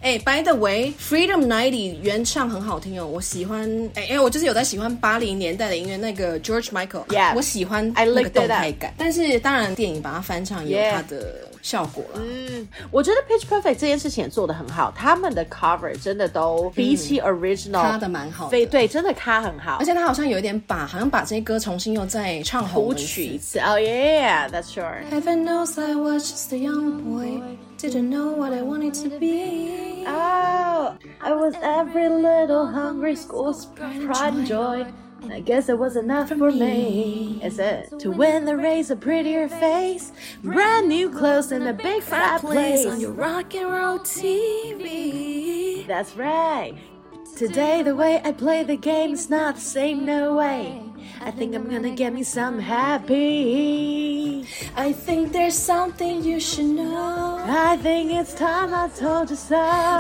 B: 哎、b y the way，Freedom Ninety 原唱很好听哦，我喜欢。哎、因为我就是有在喜欢八零年代的音乐，那个 George Michael，、
A: Yeah
B: 我喜欢
A: I
B: 那
A: like
B: 个
A: that
B: 动态感。但是当然，电影把它翻唱也有它的效果啦。
C: 嗯
A: 我觉得 Pitch Perfect 这件事情也做得很好，他们的 cover 真的都比起 original
B: 咖得蛮好的
A: 非对，真的咖很好，
B: 而且他好像有一点把，好像把这些歌重新又再唱红
A: 谱
B: 了一次
A: 曲一次。哦 yeah，that's sure。
B: Heaven knows I was just a young boy, didn't know what I wanted to be.
A: Oh, I was every little hungry school's pride and joy. and I guess it was enough for me. Is it to win the race, a prettier face, brand new clothes, and a big fat place on your rock and roll TV? That's right. Today, the way I play the game is not the same, no way. I think I'm gonna get me some happy.
B: I think there's something you should know.
A: I think it's time I told you so.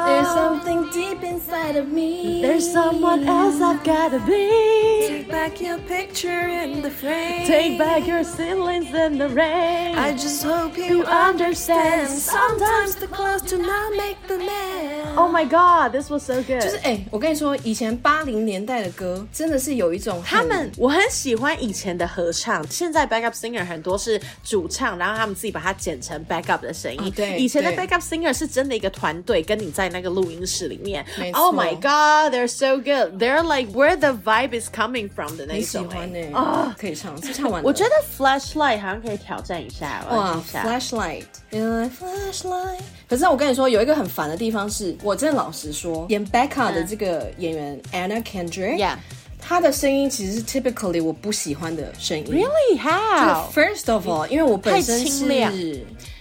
B: There's something deep inside of me.
A: There's someone else I've gotta be.
C: Take back your picture in the frame.
A: Take back your ceilings in the rain.
C: I just hope you,
A: you
C: understand.
A: understand.
C: Sometimes the clothes do not make the man.
A: Oh my god, this was so
B: 就是
A: good.
B: 哎、我跟你说，以前八零年代的歌真的是有一种很
A: 他们，我很喜欢以前的合唱，现在 backup singer 很多是主唱，然后他们自己把它剪成 backup 的声音。
B: 啊对
A: 以前的
B: 对
A: backup singer 是真的一个团队，跟你在那个录音室里面
B: 没。错
A: Oh my god, they're so good. They're like where the vibe is coming from 的那
B: 你
A: 一
B: 喜
A: 种、
B: 欢呢、
A: 欸。
B: 啊，可以唱，是唱完了。
A: 我觉得 flashlight 好像可以挑战一下，我来
B: 哇
A: 听一下。
B: ，flashlight，原来 flashlight。可是我跟你说，有一个很烦的地方是，我真的老实说，演 Becca 的这个演员 Anna Kendrick，、
A: 嗯 Yeah
B: 她的声音其实是 typically 我不喜欢的声音。
A: Really? How?
B: First of all，因为我本身
A: 太
B: 是
A: 清亮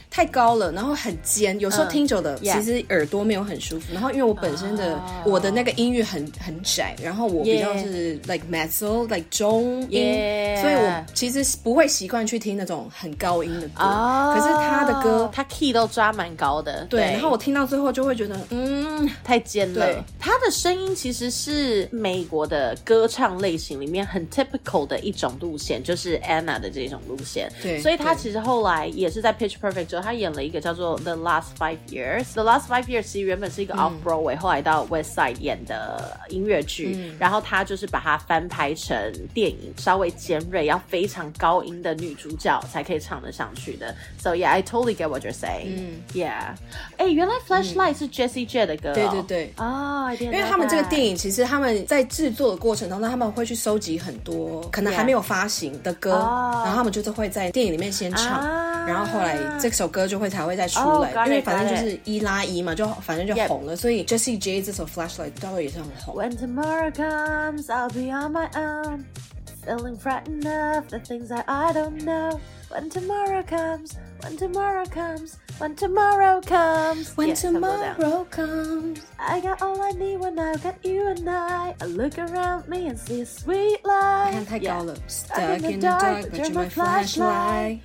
B: 太高了，然后很尖，有时候听久了，
A: 嗯 yeah 哦
B: 其实耳朵没有很舒服。然后因为我本身的、我的那个音域很很窄，然后我比较
A: Yeah
B: 是 like metal like 中音
A: Yeah
B: 所以我其实不会习惯去听那种很高音的歌。
A: 哦
B: 可是他的歌，
A: 他 key 都抓蛮高的，
B: 对，
D: 对
B: 然后我听到最后就会觉得，嗯，
A: 太尖
B: 对
A: 了。他的声音其实是美国的歌唱类型里面很 typical 的一种路线，就是 Anna 的这种路线。
B: 对
A: 所以他
B: 对
A: 其实后来也是在 Pitch Perfect 之后，他演了一个叫做 The Last Five Years。The Last Five Years 其实原本是
B: 嗯
A: 一个 Off Broadway，、后来到 West Side 演的音乐剧，
B: 嗯
A: 然后他就是把它翻拍成电影，稍微尖锐，要非常高音的女主角才可以唱得上去的。So yeah, I totally get what you're saying. 嗯，Yeah. 哎，原来 Flashlight 是 Jessie J 的歌哦。
B: 对对对
A: 啊、因
B: 因为他们这个电影，其实他们在制作的过程当中，他们会去收集很多可能
A: Yeah
B: 还没有发行的歌
A: 哦
B: 然后他们就是会在电影里面先唱
A: 啊
B: 然后后来这首歌就会才会再出
A: 哦
B: 来
A: got it，
B: 因为反
A: got
B: 正
A: it
B: 就是一拉一嘛，就反正就
A: Yep
B: 红了所以 Jessie J 这首 Flashlight 到时候也是很红。
A: When tomorrow comes, I'll be on my own, feeling frightened of the things that I don't know. When tomorrow comes, when tomorrow comes, when tomorrow comes.
B: When
A: Yeah, 差不多这样
B: tomorrow comes，
A: I got all I need when I got you and I. I look around me and see a sweet light.
B: 你看太
A: Yeah.
B: 高了。
A: I'm
B: Stuck in the dark, but you're my flashlight,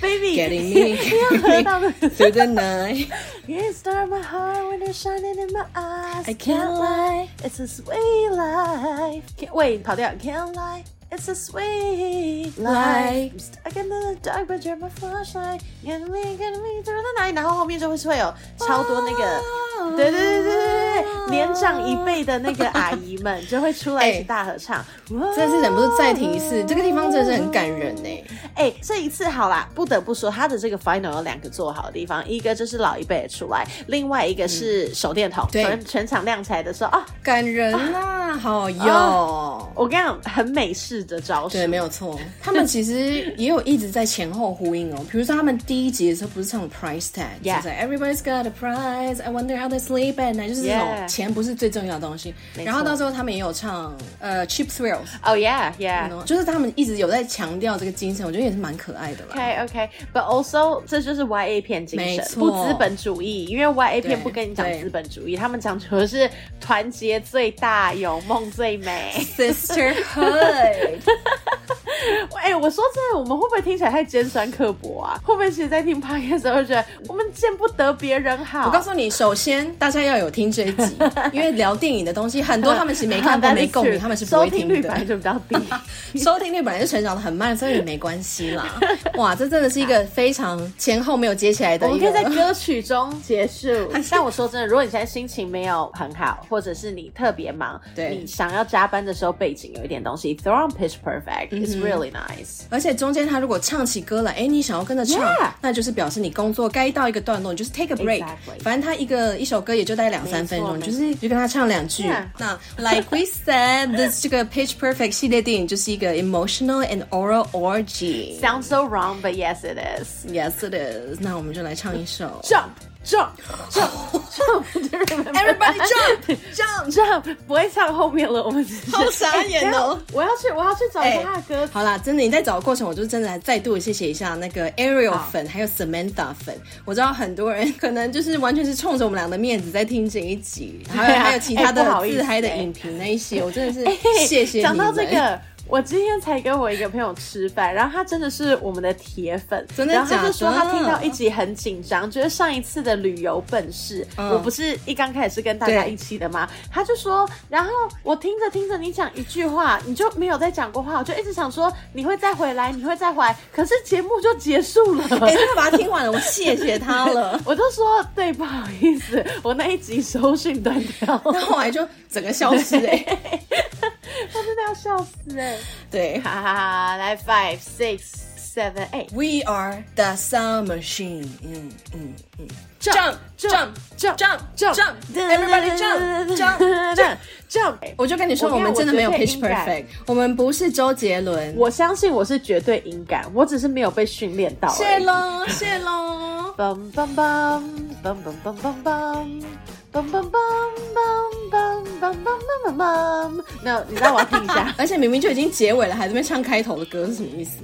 A: baby. [laughs]
B: getting me [laughs]
A: 喝到的
B: through the night.
A: You stir my heart when you're shining in my eyes.
B: I can't lie.
A: It's a sweet life. Can't wait, 跑掉。Can't lie. It's a sweet life.
B: Life.
A: I'm stuck in the dark, but you're my flashlight. Get me, get me through the night. 然后后面就会会有超多那个，对对对对对对，年长一辈的那个阿姨们就会出来一起
B: 哎
A: 大合唱。
B: 真的是忍不住再提一次，这个地方真的是很感人欸呢、
A: 哎、这一次好啦，不得不说，他的这个 final 有两个做好的地方，一个就是老一辈的出来，另外一个是手电筒，
B: 嗯对
A: 全全场亮起来的时候啊，
B: 感人啦、好哟、
A: 我跟你讲，很美式的招
B: 对，
A: 式。
B: 没有错，他们其实也有一直在前后呼应哦。比如说他们第一集的时候不是唱 price tag，就
A: Yeah
B: 是 everybody's got a price, I wonder how they sleep at night，就是这
A: Yeah
B: 种钱不是最重要的东西。
A: 没错
B: 然后到最后他们也有唱呃 cheap thrills，
A: Oh yeah, yeah.
B: 就是他们一直有在强调这个精神，我觉得也是蛮可爱的啦。
A: OK OK, but also 这就是 YA 片精
B: 没
A: 神，
B: 错
A: 不资本主义，因为 YA 片
B: 对
A: 不跟你讲
B: 对
A: 资本主义，他们讲求的是团结最大，有梦最美。
B: Sisterhood，
A: 哎、我说真的，我们会不会听起来太尖酸刻薄啊？会不会其实，在听 podcast 的时候会觉得我们见不得别人好？
B: 我告诉你，首先大家要有听这一集，因为聊电影的东西
A: [laughs]
B: 很多，他们其实没看过、
A: That is
B: 没共鸣，
A: true
B: 他们是不会
A: 收听
B: 听
A: 率
B: 的
A: 本。来就比较 [laughs] 低。
B: 收听率本来就成长的很慢，所以也没关系啦。 [laughs] 哇，这真的是一个非常前后没有接起来的
A: 我们
B: 一
A: 可以在
B: [laughs] 个。
A: 歌曲中结束。但我说真的，如果你现在心情没有很好，或者是你特别忙，
B: 对
A: 你想要加班的时候，背景有一点东西，Throw on Pitch Perfect, it's really nice。
B: 而且中间他如果唱起歌来，哎，你想要跟着唱
A: Yeah
B: 那就是表示你工作该到一个段落，你就是 take a break。
A: Exactly
B: 反正他一个一首歌也就大概两三分钟，
A: 没错
B: 就是就跟他唱两句。
A: Yeah
B: 那 like we said，this 这个 Pitch Perfect 系列电影就是一个 emotional and oral orgy。
A: Sounds so wrong, but yes, it is.
B: Yes, it is。那我们就来唱一首
A: Jump, jump, jump, jump. [laughs] Do you remember
B: Everybody
A: that? [laughs]
B: Jump Jump。
A: jump，不会唱后面了，我们只是
B: 好傻
A: [laughs] 哎等
B: 眼哦！
A: 一下我要去，我要去找一下他的歌词。
B: 好啦，真的，你在找的过程，我就真的来再度谢谢一下那个 Ariel 粉，还有 Samantha 粉。我知道很多人可能就是完全是冲着我们俩的面子在听这一集，还有、
A: 对啊
B: 还有其他
A: 哎不
B: 的
A: 好意思
B: 自嗨的
A: 哎
B: 影评那一些，我真的是
A: 嘿
B: 谢谢你
A: 哎讲
B: 们。
A: 到这个，我今天才跟我一个朋友吃饭，然后他真的是我们的铁粉，
B: 真的
A: 然后他就说
B: 假的
A: 他听到一集很紧张，觉得上一次的旅游本事，
B: 嗯
A: 我不是一刚开始是跟大家
B: 对
A: 一起的吗？他就说，然后我听着听着你讲一句话，你就没有再讲过话，我就一直想说你会再回来，你会再回来，可是节目就结束了。。
B: [laughs] 哎、真的把它听完了，我谢谢他了
A: 我就说对，不好意思，我那一集收讯断掉，
B: 然 [laughs] 后后来就整个消失
A: [laughs]
B: 哎、
A: 我真的要笑死哎、
B: 对
A: 哈哈哈，来 five six seven eight。
B: ，We are the sound machine 嗯。嗯嗯
A: Jump,
B: jump,
A: jump,
B: jump, jump, everybody jump, jump,
A: jump, jump。
B: 我就跟你说，
A: 我跟你
B: 我们真的没有
A: 我觉得
B: pitch
A: 应该
B: perfect，我们不是周杰伦。
A: 我相信我是绝对音感，我只是没有被训练到。
B: 谢。喽，谢喽。
A: 嘣嘣嘣嘣嘣嘣嘣嘣。嘣嘣嘣嘣嘣嘣嘣嘣嘣嘣，那你让我听一下。
B: 而且明明就已经结尾了，还在那边唱开头的歌是什么意思？